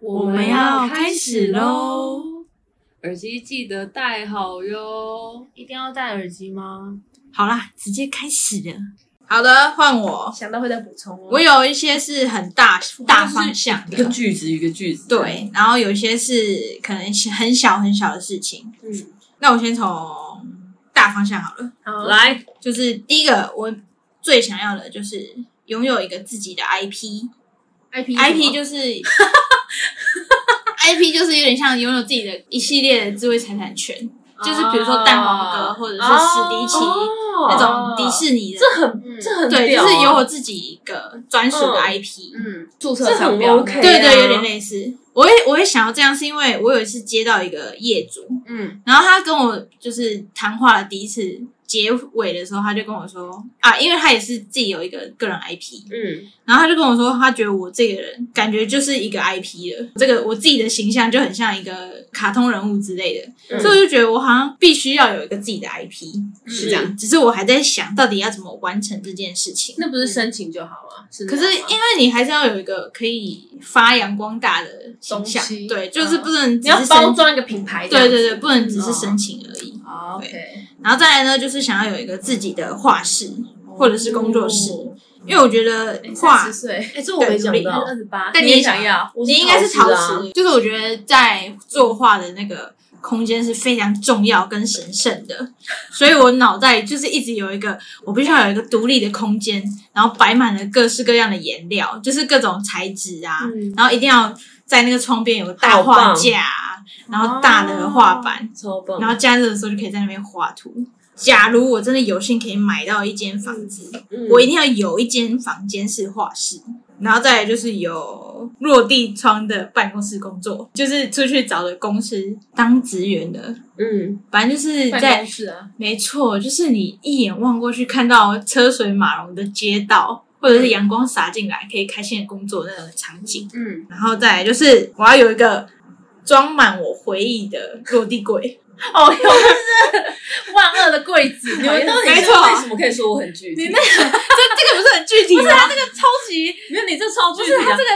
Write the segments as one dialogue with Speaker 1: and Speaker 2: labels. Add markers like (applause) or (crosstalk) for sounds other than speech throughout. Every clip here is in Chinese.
Speaker 1: 我
Speaker 2: 们要开始喽！
Speaker 1: 耳机记得戴好哟。
Speaker 3: 一定要戴耳机吗？
Speaker 2: 好啦，直接开始了。
Speaker 4: 好的，换我。
Speaker 3: 想到会再补充哦。
Speaker 4: 我有一些是很大大方向
Speaker 1: 一个
Speaker 4: 的，
Speaker 1: 句子一个句子。
Speaker 4: 对，然后有一些是可能是很小很小的事情。
Speaker 3: 嗯，
Speaker 4: 那我先从大方向好了，
Speaker 3: 好，
Speaker 1: 来，
Speaker 4: 就是第一个我最想要的就是拥有一个自己的 IP，IP
Speaker 3: IP
Speaker 4: 就是 IP 就是有点像拥有自己的一系列的智慧财产权，就是比如说蛋黄哥或者是史迪奇那种迪士尼的，
Speaker 3: 哦这很
Speaker 2: 嗯
Speaker 3: 这很
Speaker 4: 对，
Speaker 3: 屌
Speaker 4: 就
Speaker 3: 啊
Speaker 4: 是有我自己一个专属的
Speaker 3: 嗯
Speaker 4: IP。
Speaker 3: 嗯
Speaker 1: 注册
Speaker 3: 这
Speaker 1: 商
Speaker 3: 很
Speaker 1: 标。
Speaker 3: OK，
Speaker 4: 对
Speaker 3: 啊
Speaker 4: 对，有点类似。我也我也想要这样，是因为我有一次接到一个业主，
Speaker 3: 嗯
Speaker 4: 然后他跟我就是谈话的第一次结尾的时候，他就跟我说啊，因为他也是自己有一个个人 IP，
Speaker 3: 嗯
Speaker 4: 然后他就跟我说，他觉得我这个人感觉就是一个 IP 了，这个我自己的形象就很像一个卡通人物之类的，
Speaker 3: 嗯
Speaker 4: 所以我就觉得我好像必须要有一个自己的 IP，
Speaker 2: 嗯
Speaker 1: 是
Speaker 4: 这样。只是我还在想到底要怎么完成这件事情。
Speaker 3: 那不是申请就好吗？是那
Speaker 4: 可是
Speaker 3: 样
Speaker 4: 因
Speaker 3: 吗
Speaker 4: 为你还是要有一个可以发扬光大的形象
Speaker 1: 东西，
Speaker 4: 对，就是不能
Speaker 3: 嗯你
Speaker 4: 只
Speaker 3: 要
Speaker 4: 是
Speaker 3: 包
Speaker 4: 申，
Speaker 3: 装一个品牌这样
Speaker 4: 对
Speaker 3: 子，
Speaker 4: 对对，不能只是申请而已。
Speaker 3: 哦 OK，
Speaker 4: 然后再来呢，就是想要有一个自己的画室或者是工作室，
Speaker 3: 哦
Speaker 4: 因为我觉得画
Speaker 3: 三十。岁，
Speaker 2: 哎，这我没想
Speaker 4: 对
Speaker 2: 到，
Speaker 3: 二十八，
Speaker 4: 但
Speaker 3: 你
Speaker 4: 你也
Speaker 3: 想要？
Speaker 2: 我
Speaker 4: 你应该是陶
Speaker 2: 啊
Speaker 4: 瓷，就是我觉得在作画的那个空间是非常重要跟神圣
Speaker 3: (laughs)
Speaker 4: 的，所以我脑袋就是一直有一个，我必须要有一个独立的空间，然后摆满了各式各样的颜料，就是各种材质啊，
Speaker 2: 嗯
Speaker 4: 然后一定要在那个窗边有个大画架啊，然后大的画板，
Speaker 2: 超棒。
Speaker 4: 然后假日的时候就可以在那边画图。假如我真的有幸可以买到一间房子，
Speaker 2: 嗯
Speaker 4: 我一定要有一间房间是画室，然后再来就是有落地窗的办公室工作，就是出去找的公司当职员的，
Speaker 2: 嗯，
Speaker 4: 反正就是
Speaker 3: 办
Speaker 4: 在
Speaker 3: 公室啊，
Speaker 4: 没错，就是你一眼望过去看到车水马龙的街道，或者是阳光洒进来，可以开心的工作那种场景。
Speaker 3: 嗯，
Speaker 4: 然后再来就是我要有一个装满我回忆的落地柜。 (laughs)
Speaker 3: 哦哟，是万恶的柜子，
Speaker 2: 你们到底
Speaker 4: 没
Speaker 2: 是
Speaker 4: 错
Speaker 2: 为什么可以说我很具
Speaker 4: (laughs)
Speaker 2: 体？
Speaker 4: 这个不是很具体吗？
Speaker 3: 啊超
Speaker 4: (laughs)
Speaker 3: 级
Speaker 2: 没有，你这超具体啊。
Speaker 3: 他这个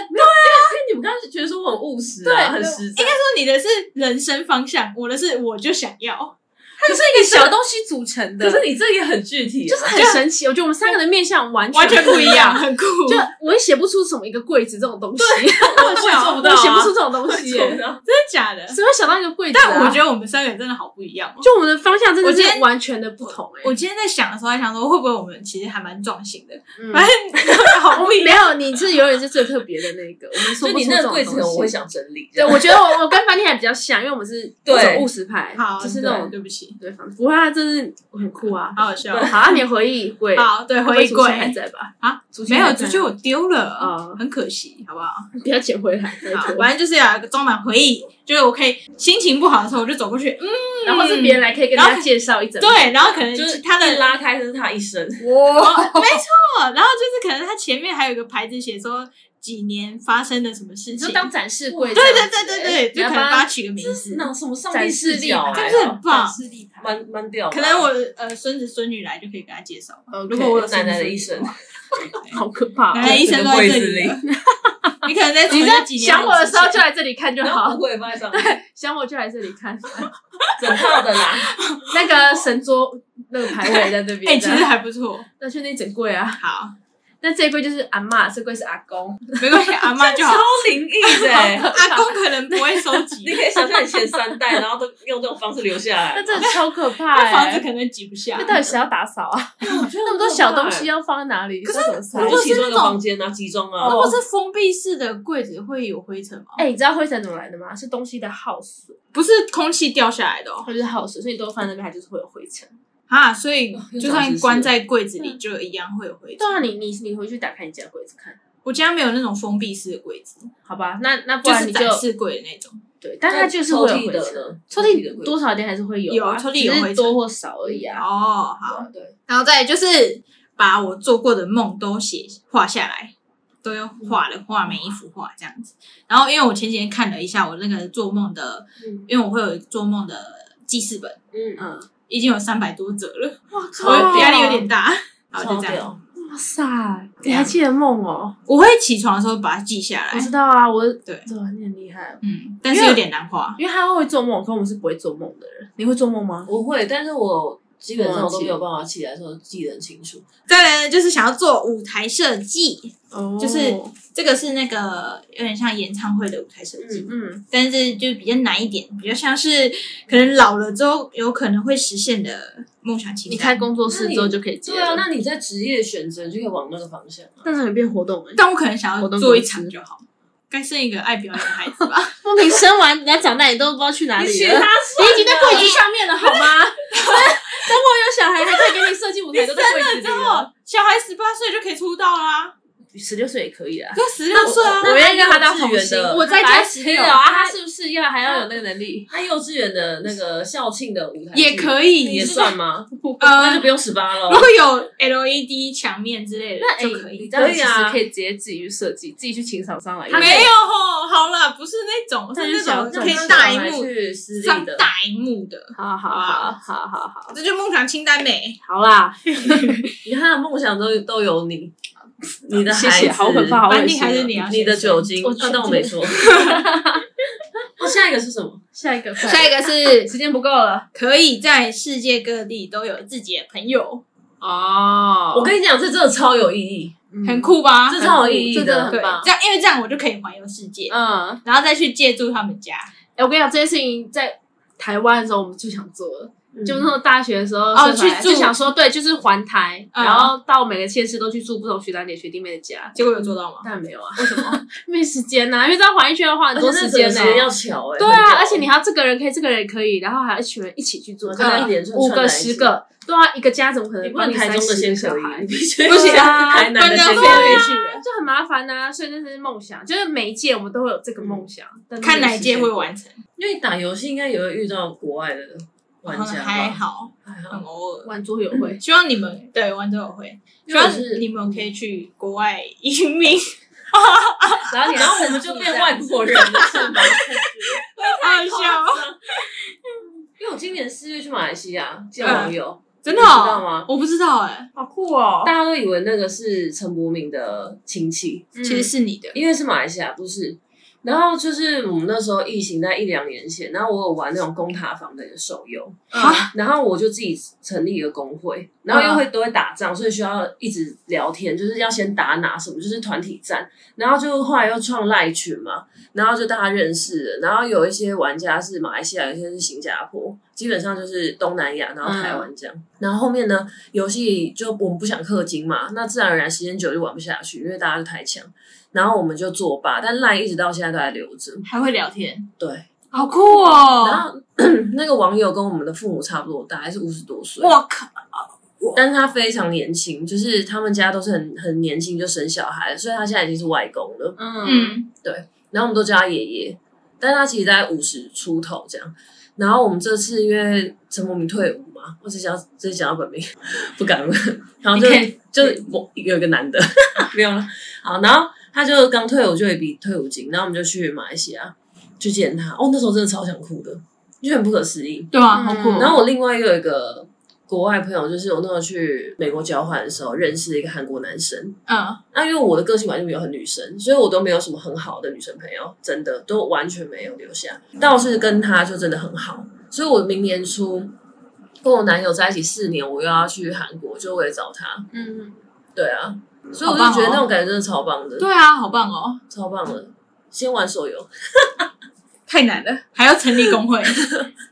Speaker 2: 你们刚才觉得说我很务实
Speaker 3: 对
Speaker 2: 啊，很实在。
Speaker 4: 说你的是人生方向，我的是我就想要。
Speaker 3: 它就是一个小东西组成的，
Speaker 2: 可是你这也很具体啊，
Speaker 3: (laughs) 就是很神奇。我觉得我们三个的面相完全
Speaker 4: 完全不一样，。很酷。
Speaker 3: 就我也写不出什么一个柜子这种东西， (laughs)
Speaker 2: 我也做不到啊，
Speaker 3: 我写不出这种东
Speaker 2: (laughs)
Speaker 4: (laughs)
Speaker 3: 西
Speaker 2: 我也做
Speaker 3: 耶
Speaker 2: 不，到
Speaker 4: 真的假的？
Speaker 3: 谁会想到一个柜子啊？
Speaker 4: 但我觉得我们三个真的好不一样哦。
Speaker 3: 就我们的方向真的
Speaker 4: 我今天
Speaker 3: 是完全的不同哎。
Speaker 4: 我今天在想的时候，还想说会不会我们其实还蛮撞型的，
Speaker 3: 嗯
Speaker 4: 反正
Speaker 3: (laughs)
Speaker 4: 好不一
Speaker 3: 没
Speaker 4: 样。
Speaker 3: 有，你是永远是最特别的那个。我们
Speaker 2: 就
Speaker 3: 说不
Speaker 2: 你
Speaker 3: 出
Speaker 2: 那
Speaker 3: 这
Speaker 2: 个
Speaker 3: 种
Speaker 2: 柜子，可能我会
Speaker 3: 东西。
Speaker 2: 想整理。
Speaker 3: 对，我觉得我我跟凡妮还比较像，因为我们是
Speaker 2: 对
Speaker 3: 走务实派，
Speaker 4: 好，
Speaker 3: 就是那
Speaker 4: 对
Speaker 3: 种
Speaker 4: 对不起，
Speaker 3: 对，反正不会啊，这是很酷啊。
Speaker 4: 好好笑。哦
Speaker 3: 好啊，你的回忆柜，
Speaker 4: 好，对，
Speaker 3: 会不
Speaker 4: 回
Speaker 3: 会
Speaker 4: 忆
Speaker 3: 竹签还
Speaker 4: 柜
Speaker 3: 在吧？
Speaker 4: 啊，
Speaker 3: 竹
Speaker 4: 没
Speaker 3: 签还
Speaker 4: 有
Speaker 3: 在
Speaker 4: 出去我丢了，
Speaker 3: 啊，
Speaker 4: 很可惜，好不好？
Speaker 3: 不要捡回来，拜
Speaker 4: 好
Speaker 3: 托，
Speaker 4: 反正就是要有一个装满回忆，就是我可以心情不好的时候，我就走过去，嗯，
Speaker 3: 然后是别人来可以跟
Speaker 4: 然后
Speaker 3: 大家介绍一整面，
Speaker 4: 对，然后可能
Speaker 2: 就是
Speaker 4: 他的
Speaker 2: 一拉开，这是他一生。
Speaker 3: 哇，
Speaker 4: 哦，然后就是可能他前面还有一个牌子写说几年发生了什么事
Speaker 3: 你
Speaker 4: 情
Speaker 3: 说，当展示柜
Speaker 4: 对
Speaker 3: 这样子，
Speaker 4: 对对对对，
Speaker 3: 你
Speaker 4: 就
Speaker 3: 要
Speaker 4: 可能
Speaker 3: 帮
Speaker 4: 帮他
Speaker 3: 他
Speaker 4: 取个名字，
Speaker 2: 那种什么上
Speaker 3: 展
Speaker 2: 帝
Speaker 3: 示
Speaker 2: 视
Speaker 3: 力哦
Speaker 2: 角啊，
Speaker 4: 真的很棒
Speaker 3: 展示力牌，
Speaker 2: 蛮蛮屌的啊。
Speaker 4: 可能我呃孙子孙女来就可以给他介绍
Speaker 3: (laughs)
Speaker 4: 吧。
Speaker 3: OK，
Speaker 4: 如果我有
Speaker 2: 奶奶
Speaker 4: 孙
Speaker 2: 的
Speaker 4: 子
Speaker 2: 一生，
Speaker 3: 好可怕哦，
Speaker 4: 奶奶一生都在这里了， (laughs) 你可能
Speaker 3: (laughs)
Speaker 4: 在存在几年
Speaker 3: 想我的时候
Speaker 4: 之
Speaker 3: 就
Speaker 4: 前
Speaker 3: 来这里看就
Speaker 2: 然后
Speaker 3: 好
Speaker 2: 不，会放在上面，
Speaker 3: 对，想我就来这里看，
Speaker 2: 整套的啦。
Speaker 3: 那个神桌那个牌位在这边，啊
Speaker 4: 哎，其实还不错，
Speaker 3: 那去那整柜啊，
Speaker 4: 好，
Speaker 3: 那这一柜就是阿嬷，这柜是阿公，
Speaker 4: 没关系，阿妈就
Speaker 3: (laughs)
Speaker 4: 好
Speaker 2: 超。灵异的欸，
Speaker 3: 哎
Speaker 4: 阿公可能不会收集啊
Speaker 2: 你，可以想象你前三代，然后都用这种方式留下来。
Speaker 3: (laughs) 那真的超可怕
Speaker 4: 那
Speaker 3: 哎，
Speaker 4: 房子可能挤不下
Speaker 3: 那。到底谁要打扫啊？那么多小东西要放在哪里？可是
Speaker 2: 我就其中一个房间啊，集中啊
Speaker 4: 如，果是封闭式的柜子，会有灰尘吗？
Speaker 3: 哎，你知道灰尘怎么来的吗？是东西的耗损，
Speaker 4: 不是空气掉下来的哦，
Speaker 3: 它就是耗损，所以你都放在那边，它就是会有灰尘。
Speaker 4: 啊，所以就
Speaker 2: 又长知
Speaker 4: 算
Speaker 2: 识
Speaker 4: 关在柜子里，就一样会有灰
Speaker 3: 对
Speaker 4: 尘。
Speaker 3: 啊，你你你回去打开你家柜子看，
Speaker 4: 我家没有那种封闭式的柜子，
Speaker 3: 好吧？那那不
Speaker 4: 就
Speaker 3: 然
Speaker 4: 是
Speaker 3: 你就
Speaker 4: 展示柜的那种。
Speaker 3: 对，但它就是
Speaker 2: 抽
Speaker 3: 会
Speaker 2: 屉
Speaker 3: 有
Speaker 2: 的嗯
Speaker 3: 灰
Speaker 2: 呢
Speaker 3: 尘。抽屉多
Speaker 2: 少？
Speaker 3: 少点还是会有啊，
Speaker 4: 有抽屉有灰尘
Speaker 3: 只是多或少而已啊。
Speaker 4: 哦，好，
Speaker 3: 对，
Speaker 4: 然后再来就是把我做过的梦都写画下来，都用画了画每一幅画这样子。然后因为我前几天看了一下我那个做梦的，
Speaker 3: 嗯
Speaker 4: 因为我会有做梦的记事本，
Speaker 2: 嗯，
Speaker 3: 嗯，
Speaker 4: 已经有三百多则了，
Speaker 3: 哇
Speaker 4: 我
Speaker 2: 超屌
Speaker 4: 压力有点大。好，
Speaker 2: 超
Speaker 4: 就这样。
Speaker 2: 屌。
Speaker 3: 哇塞，你还记得梦哦？
Speaker 4: 我会起床的时候把它记下
Speaker 3: 我
Speaker 4: 来
Speaker 3: 知，道啊，我
Speaker 4: 对
Speaker 3: 对，你很厉害，
Speaker 4: 嗯，但是有点难画。
Speaker 3: 因为他会做梦，可我们是不会做梦的人。你会做梦吗？
Speaker 2: 我会，但是我基本上我都没有办法起来的时候记得很清楚。
Speaker 4: 再来呢，就是想要做舞台设计，
Speaker 3: 哦
Speaker 4: 就是这个是那个有点像演唱会的舞台设计，
Speaker 3: 嗯，
Speaker 4: 但是就比较难一点，比较像是可能老了之后有可能会实现的梦想清单。
Speaker 3: 你开工作室之后就可以接
Speaker 2: 对
Speaker 3: 了。
Speaker 2: 啊，那你在职业选择就可以往那个方向啊。
Speaker 3: 但是很变活动 (laughs) 哎、欸，
Speaker 4: 但我可能想
Speaker 3: 活
Speaker 4: 要
Speaker 3: 动
Speaker 4: 做一
Speaker 3: 公司
Speaker 4: 场就好，该生一个爱表演的 (laughs) 孩子吧。
Speaker 3: 莫名生完人家长大，你都不知道去哪里了。
Speaker 2: 娶她
Speaker 3: 你已经在柜子上面了好 (laughs) 吗？等我有小孩，还可以给你设计舞台，都在柜子里了。
Speaker 4: 啊
Speaker 3: (laughs)
Speaker 4: 小孩十八岁就可以出道啦，
Speaker 3: 十六岁也可以啊。
Speaker 4: 就十六岁啊
Speaker 3: 我愿意让他当童
Speaker 2: 幼稚
Speaker 3: 星
Speaker 2: 园，的
Speaker 3: 我在家
Speaker 2: 白
Speaker 3: 十
Speaker 2: 痴
Speaker 3: 六
Speaker 2: 哦
Speaker 3: 啊，他是不是要还要有那个能力？
Speaker 2: 他幼稚园的那个校庆的舞台
Speaker 4: 也
Speaker 2: 剧
Speaker 4: 可以，
Speaker 2: 也算吗？那
Speaker 4: 呃
Speaker 2: 就，不用十八了
Speaker 4: 如。果有 LED 墙面之类的
Speaker 3: 那哎
Speaker 4: 就可以
Speaker 3: 你。这样
Speaker 2: 可以
Speaker 3: 其
Speaker 2: 啊
Speaker 3: 实可以直接自己去设计，自己去请厂商来用。
Speaker 4: 没有吼，好了，不是那种，
Speaker 3: 但
Speaker 4: 是
Speaker 3: 是
Speaker 4: 那种
Speaker 3: 小
Speaker 4: 可以
Speaker 3: 众
Speaker 4: 大
Speaker 2: 一
Speaker 4: 荧幕
Speaker 2: 去私
Speaker 4: 上
Speaker 2: 立的，
Speaker 4: 大荧幕的，
Speaker 3: 好好好好好好，
Speaker 4: 这就梦想清单呗。
Speaker 3: 好啦，
Speaker 2: 你看他的梦想都都有你，你的
Speaker 3: 谢
Speaker 2: 孩
Speaker 3: 谢，
Speaker 2: 子，
Speaker 3: 好可怕，好恶
Speaker 4: 班定
Speaker 3: 心
Speaker 4: 还是
Speaker 3: 啊。
Speaker 4: 你要
Speaker 2: 你的酒精，
Speaker 3: 我
Speaker 2: 啊但我没说。那下一个是什么？
Speaker 3: 下一个，
Speaker 4: 下一个是
Speaker 3: (laughs) 时间不够了
Speaker 4: 可以在世界各地都有自己的朋友，
Speaker 3: 哦
Speaker 2: 我跟你讲，这真的超有意义，
Speaker 4: 嗯很，酷吧？
Speaker 2: 这超有意义
Speaker 3: 嗯这真的
Speaker 4: 对，
Speaker 3: 很棒
Speaker 4: 这。样因为这样我就可以环游世界，
Speaker 3: 嗯，
Speaker 4: 然后再去借住他们家。
Speaker 3: 哎，我跟你讲，这件事情在台湾的时候我们最想做了。就
Speaker 2: 嗯
Speaker 3: 那种大学的时候，
Speaker 4: 哦
Speaker 3: 社团
Speaker 4: 去住
Speaker 3: 就想说，对，就是环台，
Speaker 4: 嗯
Speaker 3: 然后到每个县市都去住不同学长姐、学弟妹的家，
Speaker 4: 结果有做到吗？
Speaker 3: 但没有啊，为什么？没时间啊呐、因为这样环一圈要花很多时
Speaker 2: 而且那
Speaker 3: 间呢、
Speaker 2: 整个时间要巧哎。
Speaker 3: 对
Speaker 2: 很久
Speaker 3: 啊，而且你还要这个人可以，这个人也可以，然后还要一群人一起去住，
Speaker 2: 嗯
Speaker 3: 可能
Speaker 2: 一连串
Speaker 3: 五
Speaker 2: 串在
Speaker 3: 个、
Speaker 2: 一起
Speaker 3: 十个，对啊，一个家怎么可
Speaker 2: 你
Speaker 3: 能
Speaker 2: 不
Speaker 3: 帮
Speaker 2: 能
Speaker 3: 你
Speaker 2: 台
Speaker 3: 塞
Speaker 2: 中的先
Speaker 3: 十
Speaker 2: 可
Speaker 3: 个小 (laughs)
Speaker 2: 以，
Speaker 3: 孩
Speaker 2: 你？必须
Speaker 4: 不行
Speaker 3: 啊
Speaker 2: (laughs) 台南的先
Speaker 4: 搬
Speaker 2: 可
Speaker 4: 到
Speaker 2: 以。
Speaker 4: 去
Speaker 3: 就很麻烦呐、所以那是梦想，就是每一届我们都会有这个梦想，但是
Speaker 4: 嗯看哪一
Speaker 3: 没有
Speaker 4: 届
Speaker 3: 时间
Speaker 4: 会完成，
Speaker 2: 因为打游戏应该也会遇到国外的玩
Speaker 4: 好像
Speaker 2: 家吧？
Speaker 4: 嗯哦还好，
Speaker 2: 还
Speaker 4: 很
Speaker 2: 好，
Speaker 4: 偶尔。
Speaker 3: 玩桌游会，
Speaker 4: 希望你们对玩都有会，希
Speaker 2: 因为我
Speaker 4: 望
Speaker 2: 是
Speaker 4: 你们可以去国外移民
Speaker 3: 然后你
Speaker 2: 然后我
Speaker 3: 我
Speaker 2: 们
Speaker 3: 们
Speaker 2: 就
Speaker 3: 就
Speaker 2: 变
Speaker 3: 变
Speaker 2: 外
Speaker 3: 外
Speaker 2: 国人了，是吗？
Speaker 4: 嗯好笑，
Speaker 2: 因为我今年四月去马来西亚
Speaker 3: 嗯
Speaker 2: 见网友，
Speaker 4: 真的、
Speaker 2: 你知道
Speaker 4: 哦？
Speaker 2: 吗？
Speaker 4: 我不知道哎、
Speaker 3: 好酷哦！
Speaker 2: 大家都以为那个是陈柏明的亲戚，
Speaker 3: 嗯
Speaker 4: 其实是你的，
Speaker 2: 因为是马来西亚，不是。然后就是我们那时候疫情在一两年前，然后我有玩那种攻塔防的手游，
Speaker 4: 啊
Speaker 2: 然后我就自己成立一个工会，然后又会都会打仗，所以需要一直聊天，就是要先打哪什么，就是团体战。然后就后来又创赖群嘛，然后就大家认识了。然后有一些玩家是马来西亚，有一些是新加坡，基本上就是东南亚，然后台湾这样。然后后面呢，游戏就我们不想氪金嘛，那自然而然时间久就玩不下去，因为大家就太强。然后我们就作罢，但赖一直到现在都还留着。
Speaker 4: 还会聊天，
Speaker 2: 对，
Speaker 4: 好酷哦！
Speaker 2: 然后那个网友跟我们的父母差不多大，还是五十多岁。
Speaker 4: 我靠，
Speaker 2: 但是他非常年轻，就是他们家都是很很年轻就生小孩，所以他现在已经是外公了。
Speaker 3: 嗯，
Speaker 4: 嗯，
Speaker 2: 然后我们都叫他爷爷，但是他其实大概五十出头这样。然后我们这次因为陈柏明退伍嘛，我只想要只想要本名，不敢问。然后就
Speaker 4: 你可以
Speaker 2: 就我有一个男的，没有了。好，然后他就刚退伍，就有一笔退伍金，然后我们就去马来西亚去见他。哦，那时候真的超想哭的，就很不可思议。
Speaker 4: 对啊，好酷
Speaker 3: 嗯
Speaker 4: 哦。
Speaker 2: 然后我另外又有一个国外朋友，就是我那时候去美国交换的时候认识的一个韩国男生。
Speaker 4: 嗯，
Speaker 2: 那因为我的个性完全没有很女生，所以我都没有什么很好的女生朋友，真的都完全没有留下。倒是跟他就真的很好，所以我明年初跟我男友在一起四年，我又要去韩国，就为了找他。
Speaker 3: 嗯，
Speaker 2: 对啊，所以我
Speaker 4: 好
Speaker 2: 就
Speaker 4: 棒哦
Speaker 2: 觉得那种感觉真的超棒的，
Speaker 4: 对啊，好棒哦，
Speaker 2: 超棒的。先玩手游，
Speaker 4: 太难了，还要成立工会，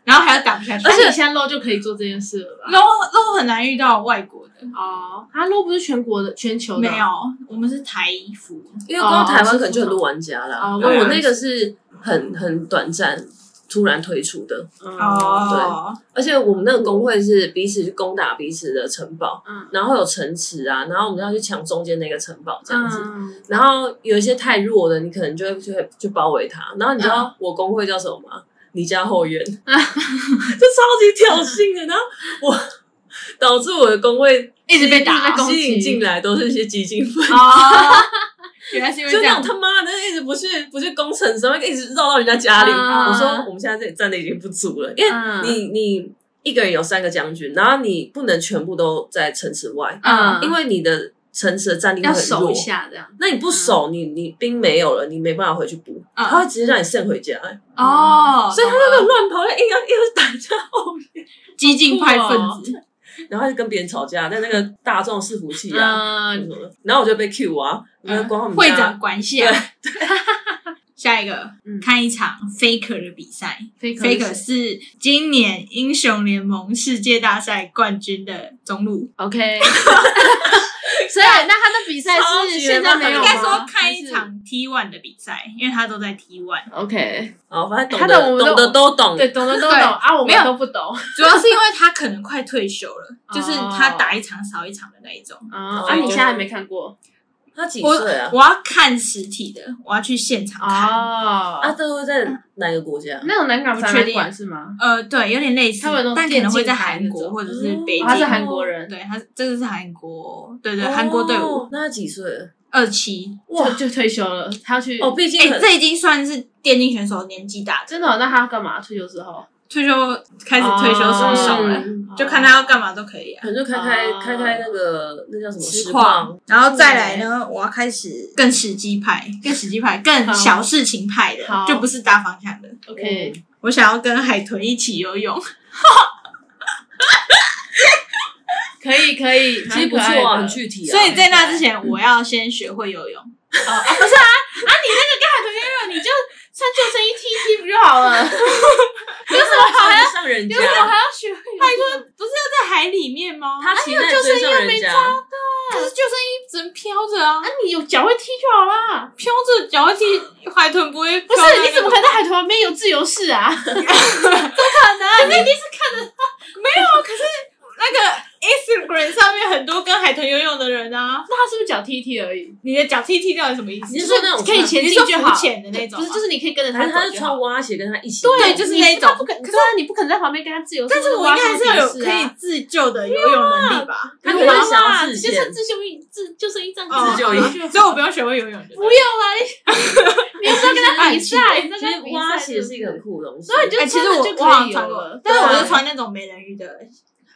Speaker 4: 然后还要打不下去，
Speaker 3: 而且你现在 LO 就可以做这件事了吧？
Speaker 4: 然后然后很难遇到外国的，
Speaker 3: 哦，它 LO 不是全国的、全球
Speaker 4: 嗯
Speaker 3: 的
Speaker 4: 没
Speaker 3: 啊，
Speaker 4: 有，我们是台服，
Speaker 2: 因为光
Speaker 3: 哦
Speaker 2: 台湾
Speaker 3: 是
Speaker 2: 可能就很
Speaker 3: 这
Speaker 2: 多玩家啦。
Speaker 3: 哦
Speaker 2: 那我
Speaker 4: 对啊
Speaker 2: 那个是很很短暂，突然推出的。
Speaker 3: 嗯
Speaker 4: 哦，
Speaker 2: 而且我们那个工会是彼此去攻打彼此的城堡，
Speaker 3: 嗯
Speaker 2: 然后有城池啊，然后我们要去抢中间那个城堡这样子。
Speaker 3: 嗯，
Speaker 2: 然后有一些太弱的，你可能就会去去包围他。然后你知道我工会叫什么吗？你家后院，就 (laughs) 超级挑衅的。然后我导致我的工会
Speaker 4: 一直被打
Speaker 3: 一直被攻击
Speaker 2: 吸引进来都是一些激进分子。
Speaker 4: 哦，原来是因为
Speaker 2: 就
Speaker 4: 这
Speaker 2: 那
Speaker 4: 样
Speaker 2: 种，他妈的一直不去不去工程师，然后一直绕到人家家里。
Speaker 3: 啊
Speaker 2: 我说我们现在这里站的已经不足了，因为
Speaker 3: 嗯
Speaker 2: 你你一个人有三个将军，然后你不能全部都在城池外，
Speaker 4: 嗯
Speaker 2: 因为你的诚实的战力会
Speaker 3: 要
Speaker 2: 很弱
Speaker 3: 守一。下嗯这样。
Speaker 2: 那你不守，你你兵没有了，你没办法回去补，
Speaker 4: 嗯
Speaker 2: 他会直接让你送回家、欸
Speaker 4: 哦，
Speaker 2: 所以他们会乱跑，就硬要硬要打架后
Speaker 3: 嗯
Speaker 2: 面，
Speaker 4: 激进派分子，
Speaker 2: 然后他就跟别人吵架，在那个大众伺服器啊。什
Speaker 3: 嗯，
Speaker 2: 么的然后我就被 Q 啊，因为光我们
Speaker 4: 会
Speaker 2: 家
Speaker 4: 长管辖
Speaker 2: 对。
Speaker 4: (laughs) 下一个
Speaker 3: 嗯，
Speaker 4: 看一场 Faker 的比赛。
Speaker 3: 飞可
Speaker 4: Faker 是今年英雄联盟世界大赛冠军的中路。 (laughs)
Speaker 3: OK。所以那他的比赛
Speaker 2: 超
Speaker 3: 是
Speaker 2: 级
Speaker 3: 现在没有
Speaker 4: 应
Speaker 3: 吗？
Speaker 4: 该说看一
Speaker 3: 还是。
Speaker 4: 场 T One 的比赛，因为他都在 T One，
Speaker 3: OK，
Speaker 2: 哦，反正
Speaker 3: 他
Speaker 2: 懂
Speaker 3: 的我
Speaker 2: 得懂
Speaker 3: 们都
Speaker 2: 得都懂，
Speaker 3: 对，懂的都懂
Speaker 4: 对
Speaker 3: 啊，我
Speaker 4: 没有
Speaker 3: 们都不懂
Speaker 4: (laughs) 主要是因为他可能快退休了，就是他
Speaker 3: 哦
Speaker 4: 打一场少一场的那一种。
Speaker 3: 啊。
Speaker 2: 所
Speaker 3: 啊，
Speaker 2: 以
Speaker 3: 你
Speaker 2: 就
Speaker 3: 现在还没看 (laughs) 过
Speaker 2: 他几
Speaker 4: 我
Speaker 2: 岁啊？
Speaker 4: 我要看实体的，我要去现场看。
Speaker 3: 哦
Speaker 2: 啊，这会在哪个国家？
Speaker 3: 那种南港
Speaker 4: 不
Speaker 3: 展
Speaker 4: 确
Speaker 3: 览
Speaker 4: 定
Speaker 3: 馆是吗？
Speaker 4: 呃，对，有点类似，
Speaker 3: 他们那种
Speaker 4: 但可能会在
Speaker 3: 电竞台
Speaker 4: 韩
Speaker 3: 那
Speaker 4: 国
Speaker 3: 种
Speaker 4: 或者是北京。
Speaker 3: 哦他是韩国人
Speaker 4: 对，他是这个是韩国，对对，
Speaker 2: 哦
Speaker 4: 韩国队伍
Speaker 2: 那他几岁了？
Speaker 4: 二期。
Speaker 3: 就就退休了，他要去
Speaker 2: 哦，毕竟
Speaker 4: 哎、
Speaker 2: 很
Speaker 4: 这已经算是电竞选手年纪大的，
Speaker 3: 真的哦、那他要干嘛？退休之后
Speaker 4: 退休开始退休
Speaker 3: 哦
Speaker 4: 什么手了，
Speaker 2: 嗯
Speaker 4: 就看他要干嘛都可以啊。
Speaker 2: 可能就开开
Speaker 3: 啊
Speaker 2: 开开那个那叫什么
Speaker 4: 实
Speaker 2: 实
Speaker 4: 况
Speaker 2: 况，，
Speaker 4: 然后再来呢，我要开始更实际派、更实际派、更
Speaker 3: 好
Speaker 4: 小事情派的，
Speaker 3: 好
Speaker 4: 就不是大方向的。
Speaker 3: ，OK，
Speaker 4: 我想要跟海豚一起游泳，
Speaker 3: 可以可以，
Speaker 2: 其实不错啊，很具体啊。
Speaker 4: 所以在那之前，我要先学会游泳。
Speaker 3: 哦啊，不是啊啊，你那个跟海豚游泳，你就穿救生衣踢一踢不就好了？ (laughs)
Speaker 2: 有什么好
Speaker 3: 哎
Speaker 2: 像上人家？
Speaker 3: 还要学会
Speaker 4: 海豚不是要在海里面吗？
Speaker 2: 他骑在追上人家，
Speaker 4: 可是救生衣只能飘着啊
Speaker 3: 那、，你有脚会踢就好啦。
Speaker 4: 飘着脚会踢，海豚不会
Speaker 3: 不
Speaker 4: 飘在那个。
Speaker 3: 是，你怎么可能在海豚旁边有自由式啊？ (laughs)
Speaker 4: 没有啊？可是那个 Instagram 上面很多跟海豚游泳的人啊，
Speaker 3: 那他是不是脚踢一踢而已？
Speaker 4: 你的脚踢踢掉是什么意思？
Speaker 2: 你是说那种
Speaker 3: 可以前
Speaker 4: 你
Speaker 3: 进
Speaker 4: 说
Speaker 3: 就好
Speaker 4: 浮，潜的那种
Speaker 3: 不
Speaker 4: 吗，
Speaker 3: 是，就是你可以跟着
Speaker 2: 反正
Speaker 3: 他走就好
Speaker 2: 他是穿蛙鞋跟他一起，
Speaker 4: 对就是那种
Speaker 3: 你不可，可是你不可能在旁边跟他自由式，
Speaker 4: 但是我应该还是要有可
Speaker 3: 啊
Speaker 4: 以自救的游泳能力吧？
Speaker 2: 他
Speaker 3: 他
Speaker 2: 可
Speaker 3: 可
Speaker 2: 能
Speaker 3: 能
Speaker 2: 想
Speaker 3: 想
Speaker 2: 要
Speaker 3: 自
Speaker 2: 自
Speaker 3: 啊就穿
Speaker 2: 荐，
Speaker 3: 自救衣、自救生衣
Speaker 4: (laughs)
Speaker 3: 这样
Speaker 4: 哦
Speaker 3: 子
Speaker 2: 自救衣
Speaker 3: 就好
Speaker 4: 所以我不要学会游泳。对不
Speaker 3: 不
Speaker 4: 对
Speaker 3: 用啦，你你不要跟他比赛，那
Speaker 2: 其实
Speaker 3: 个比
Speaker 2: 蛙
Speaker 3: 赛
Speaker 2: 鞋是一个很酷的东西。
Speaker 3: 所以你就
Speaker 4: 哎，其实
Speaker 3: 穿
Speaker 4: 我
Speaker 3: 着就可以
Speaker 4: 我好像
Speaker 3: 游
Speaker 4: 穿过
Speaker 3: 了，
Speaker 4: 但是
Speaker 3: 对啊
Speaker 4: 我就穿那种美人鱼的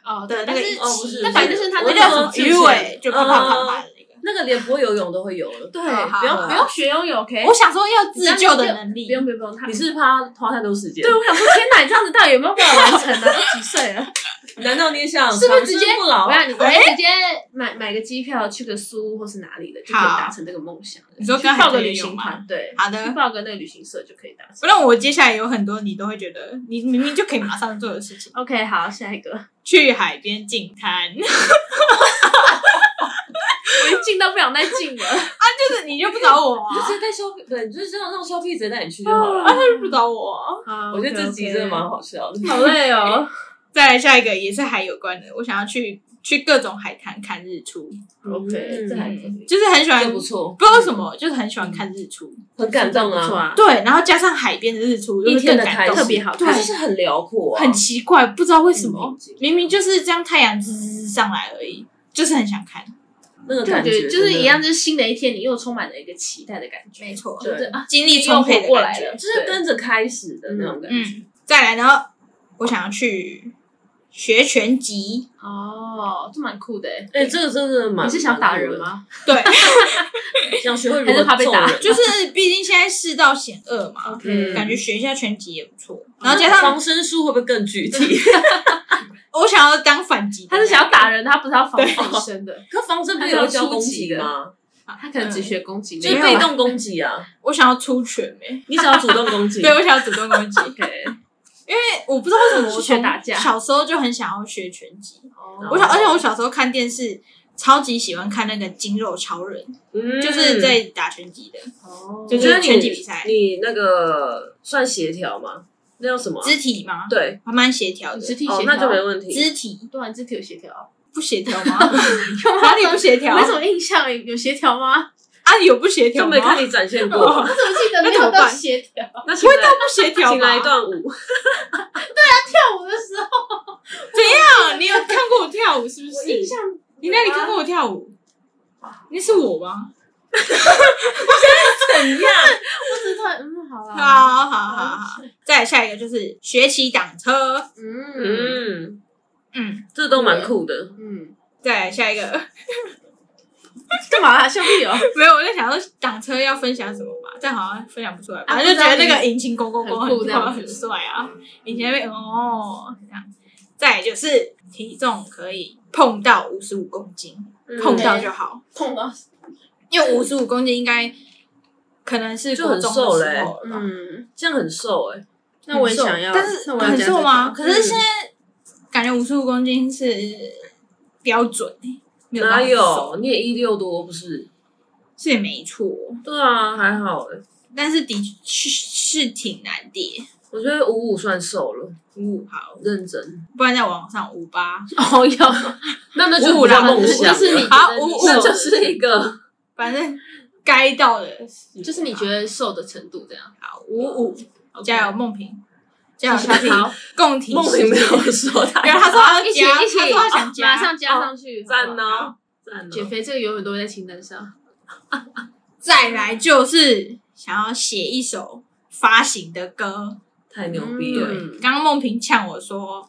Speaker 3: 哦
Speaker 4: 的那
Speaker 3: 对，但
Speaker 4: 个
Speaker 3: 是
Speaker 4: 一
Speaker 2: 哦不是
Speaker 4: 起，
Speaker 3: 那反正是他
Speaker 2: 我
Speaker 3: 那
Speaker 4: 那叫什
Speaker 3: 个
Speaker 4: 么鱼尾，就
Speaker 2: 我
Speaker 4: 啪
Speaker 2: 懂
Speaker 4: 啪啪啪的那个。
Speaker 2: 那个连不会游泳都会游了。哎
Speaker 3: 对，
Speaker 4: 哦好好
Speaker 3: 不用不用学游泳，OK？
Speaker 4: 我想说要自救的能力
Speaker 3: 不，
Speaker 4: (laughs)
Speaker 3: 用不用不用，他
Speaker 2: 你是怕花太多时间
Speaker 3: 对？我想说，天哪，你这样子到底有没有办法完成呢？
Speaker 4: (laughs)
Speaker 3: 都几岁了？
Speaker 2: 难道你也想
Speaker 3: 是不是直接
Speaker 2: 长生不老啊
Speaker 3: 我？让你我直接买买个机票去个苏或是哪里的，就可以
Speaker 4: 好
Speaker 3: 达成这个梦想了。
Speaker 4: 你说
Speaker 3: 去
Speaker 4: 跟海
Speaker 3: 报个
Speaker 4: 豚游
Speaker 3: 旅
Speaker 4: 泳
Speaker 3: 行
Speaker 4: 吗
Speaker 3: 团，对，
Speaker 4: 好
Speaker 3: 去
Speaker 4: 的。
Speaker 3: 报个那个旅行社就可以达
Speaker 4: 不
Speaker 3: 成。
Speaker 4: 然我接下来有很多你都会觉得你明明就可以马上做的事情，
Speaker 3: OK，好，下一个，
Speaker 4: 去海边净滩， (laughs)
Speaker 3: 我已 (laughs) 经进到不想再进了。
Speaker 4: 就是你就不找我
Speaker 2: 你就
Speaker 4: 啊 (laughs)
Speaker 2: 直，接带消费，对，你就是让让消费者带你去就好了。
Speaker 3: 嗯
Speaker 4: 他就不找我啊。
Speaker 3: 好
Speaker 2: 我觉得这集真的蛮 (laughs) 好笑的。
Speaker 3: 好累哦。
Speaker 4: 再来下一个也是海有关的，我想要去去各种海滩看日出，
Speaker 3: (laughs)
Speaker 4: 嗯
Speaker 3: OK，这还可以。嗯
Speaker 4: 就是很喜欢，
Speaker 2: 这不
Speaker 4: 不知
Speaker 2: 错，
Speaker 4: 道为什么，就是很喜欢看日出。
Speaker 2: 很感动
Speaker 3: 不错
Speaker 2: 啊！
Speaker 3: 啊，
Speaker 4: 对，然后加上海边的日出，
Speaker 2: 一
Speaker 4: 又
Speaker 2: 天
Speaker 4: 更
Speaker 2: 的
Speaker 4: 感
Speaker 2: 开
Speaker 4: 动，
Speaker 2: 始
Speaker 3: 特别好
Speaker 2: 它
Speaker 3: 看
Speaker 2: 就是很辽阔啊，
Speaker 4: 很奇怪，不知道为什么
Speaker 2: 嗯，
Speaker 4: 明明就是这样，太阳滋滋滋上来而已，就是很想看。
Speaker 2: 那个
Speaker 3: 对啊
Speaker 2: 感觉
Speaker 3: 对，就是
Speaker 2: 真的
Speaker 3: 一样，就是新的一天，你又充满了一个期待的感觉。
Speaker 4: 没错
Speaker 3: 就是啊，
Speaker 4: 精力充沛的
Speaker 3: 又活过
Speaker 4: 感
Speaker 3: 来
Speaker 4: 觉
Speaker 3: 了，
Speaker 2: 就是跟着开始的那种感觉。
Speaker 4: 嗯，再来呢，我想要去学拳击，
Speaker 3: 哦，这蛮酷的欸。
Speaker 2: 哎，这个真的蛮……
Speaker 3: 你是想打人？吗？
Speaker 4: 对，
Speaker 2: 想学会如
Speaker 3: 还
Speaker 2: 何
Speaker 3: 是怕被
Speaker 2: 揍
Speaker 3: 打
Speaker 2: 人
Speaker 4: 就是毕竟现在世道险恶
Speaker 3: (laughs)
Speaker 4: 嘛，
Speaker 2: 嗯
Speaker 4: 感觉学一下拳击也不
Speaker 3: 嗯
Speaker 4: 错。然后加
Speaker 2: 那
Speaker 4: 上
Speaker 2: 防身术会不会更具体？
Speaker 4: 我想要当反击，
Speaker 3: 他是想要打，人，他不是要防自身的，
Speaker 2: 可防身不是有教攻击吗？
Speaker 3: 他可能只学攻击
Speaker 2: 就
Speaker 3: 那
Speaker 4: 没
Speaker 2: 是
Speaker 3: 一
Speaker 4: 有
Speaker 2: 被
Speaker 3: 块。
Speaker 2: 动攻击啊，
Speaker 4: 嗯我想要出拳诶、
Speaker 2: 你只要主动攻
Speaker 4: (laughs)
Speaker 2: 击。
Speaker 4: 对，我想要主动
Speaker 3: (laughs)
Speaker 4: 攻击，
Speaker 3: OK，
Speaker 4: 因为我不知道为什么我
Speaker 3: 出拳
Speaker 4: 从
Speaker 3: 打架
Speaker 4: 小时候就很想要学拳击，
Speaker 3: 哦
Speaker 4: 我小，而且我小时候看电视，超级喜欢看那个筋肉超人，
Speaker 2: 嗯
Speaker 4: 就是在打拳击的，
Speaker 3: 哦
Speaker 4: 就
Speaker 2: 我觉得
Speaker 4: 是
Speaker 2: 你
Speaker 4: 拳击比赛，
Speaker 2: 你那个算协调吗？那叫什么啊？
Speaker 4: 肢体嘛，
Speaker 2: 对，
Speaker 4: 还蛮协调的。
Speaker 3: 肢体
Speaker 2: 哦
Speaker 3: 协，调，
Speaker 2: 那就没问题。
Speaker 4: 肢体
Speaker 3: 对啊，你肢体有协调，
Speaker 4: 不协调
Speaker 3: (laughs)
Speaker 4: 吗？哪里不协调？
Speaker 3: 我没什么印象，有协调吗？
Speaker 4: 啊，有不协调
Speaker 2: 就
Speaker 4: 吗？
Speaker 2: 没看
Speaker 4: (laughs)
Speaker 2: 你展现
Speaker 4: 哦
Speaker 2: 过
Speaker 3: 我。怎么记得没
Speaker 4: 那怎
Speaker 3: 有
Speaker 4: 么办
Speaker 3: 到协调？
Speaker 4: (laughs)
Speaker 2: 那请来
Speaker 4: 不协调
Speaker 2: 请来一
Speaker 4: 吧？
Speaker 2: 段舞。
Speaker 3: 跳舞的时候，
Speaker 4: 怎样？啊你有看过我跳舞是不
Speaker 3: 我
Speaker 4: 是
Speaker 3: 印？象啊
Speaker 4: 你哪里看过我跳舞？那是我吗？
Speaker 3: 不知道，嗯，好
Speaker 4: 好
Speaker 3: 啊，
Speaker 4: 好好好，再来下一个就是学骑挡车，
Speaker 3: 嗯
Speaker 2: 嗯，
Speaker 4: 嗯，
Speaker 2: 这都蛮酷的。
Speaker 3: 嗯，
Speaker 4: 再来下一个
Speaker 3: 干嘛啊笑屁哦？
Speaker 4: (laughs) 没有，我在想说挡车要分享什么嘛，但好像分啊享不出来，反正就觉得那个引擎勾勾勾
Speaker 3: 很酷
Speaker 4: 很
Speaker 3: 这样子
Speaker 4: 很帅啊，引擎那边哦这样。再来就是体重可以碰到五十五公斤，
Speaker 2: 嗯
Speaker 4: 碰到就好，
Speaker 1: 痛到死
Speaker 4: 因为五十五公斤应该可能是
Speaker 2: 就
Speaker 4: 国
Speaker 2: 很
Speaker 4: 中
Speaker 2: 瘦
Speaker 4: 的时
Speaker 2: 嘞
Speaker 4: 候，了吧。
Speaker 2: 嗯，这样很瘦哎，
Speaker 1: 那我也
Speaker 4: 很瘦
Speaker 1: 想要，
Speaker 4: 但是
Speaker 1: 那我要
Speaker 4: 很
Speaker 1: 加这
Speaker 4: 瘦
Speaker 1: 个
Speaker 4: 吗？可是
Speaker 2: 嗯
Speaker 4: 现在感觉五十五公斤是标准欸没有到
Speaker 2: 哪
Speaker 4: 很
Speaker 2: 有
Speaker 4: 瘦？？
Speaker 2: 你也一六多不是？
Speaker 4: 是也没错，
Speaker 2: 对啊，还好哎，
Speaker 4: 但是的确是挺难的。
Speaker 2: 我觉得五五算瘦了，
Speaker 4: 五五好，
Speaker 2: 认真。
Speaker 4: 不然再往上五八，
Speaker 3: 哦 (laughs) 哟，
Speaker 2: 那那就
Speaker 4: 五五
Speaker 2: 不叫
Speaker 4: 啦
Speaker 2: 梦想
Speaker 3: 就是你
Speaker 2: 了，
Speaker 4: 好
Speaker 3: 觉得你
Speaker 4: 五五
Speaker 2: 那
Speaker 3: 瘦的
Speaker 2: 就是一个
Speaker 4: 反正该到的
Speaker 3: 就是你觉得瘦的程度这样。
Speaker 4: 好五五，加油梦萍，加油
Speaker 3: 谢
Speaker 4: 小
Speaker 3: 谢
Speaker 4: 品，
Speaker 3: 好，
Speaker 4: 共体
Speaker 2: 梦
Speaker 4: 时
Speaker 2: 里没
Speaker 4: 间
Speaker 2: 有说他
Speaker 4: 然后他说他要
Speaker 3: 哦一起
Speaker 4: 加
Speaker 3: 一起，哦
Speaker 4: 他说他想加，哦
Speaker 3: 马上加哦上去，
Speaker 2: 赞
Speaker 3: 好不好
Speaker 2: 呢，赞哦
Speaker 3: 减
Speaker 2: 呢。
Speaker 3: 肥这个永远都会在清单上。
Speaker 4: 再来就是想要写一首发行的歌。
Speaker 2: 太牛逼了！欸
Speaker 1: 嗯
Speaker 4: 刚刚梦萍呛我说，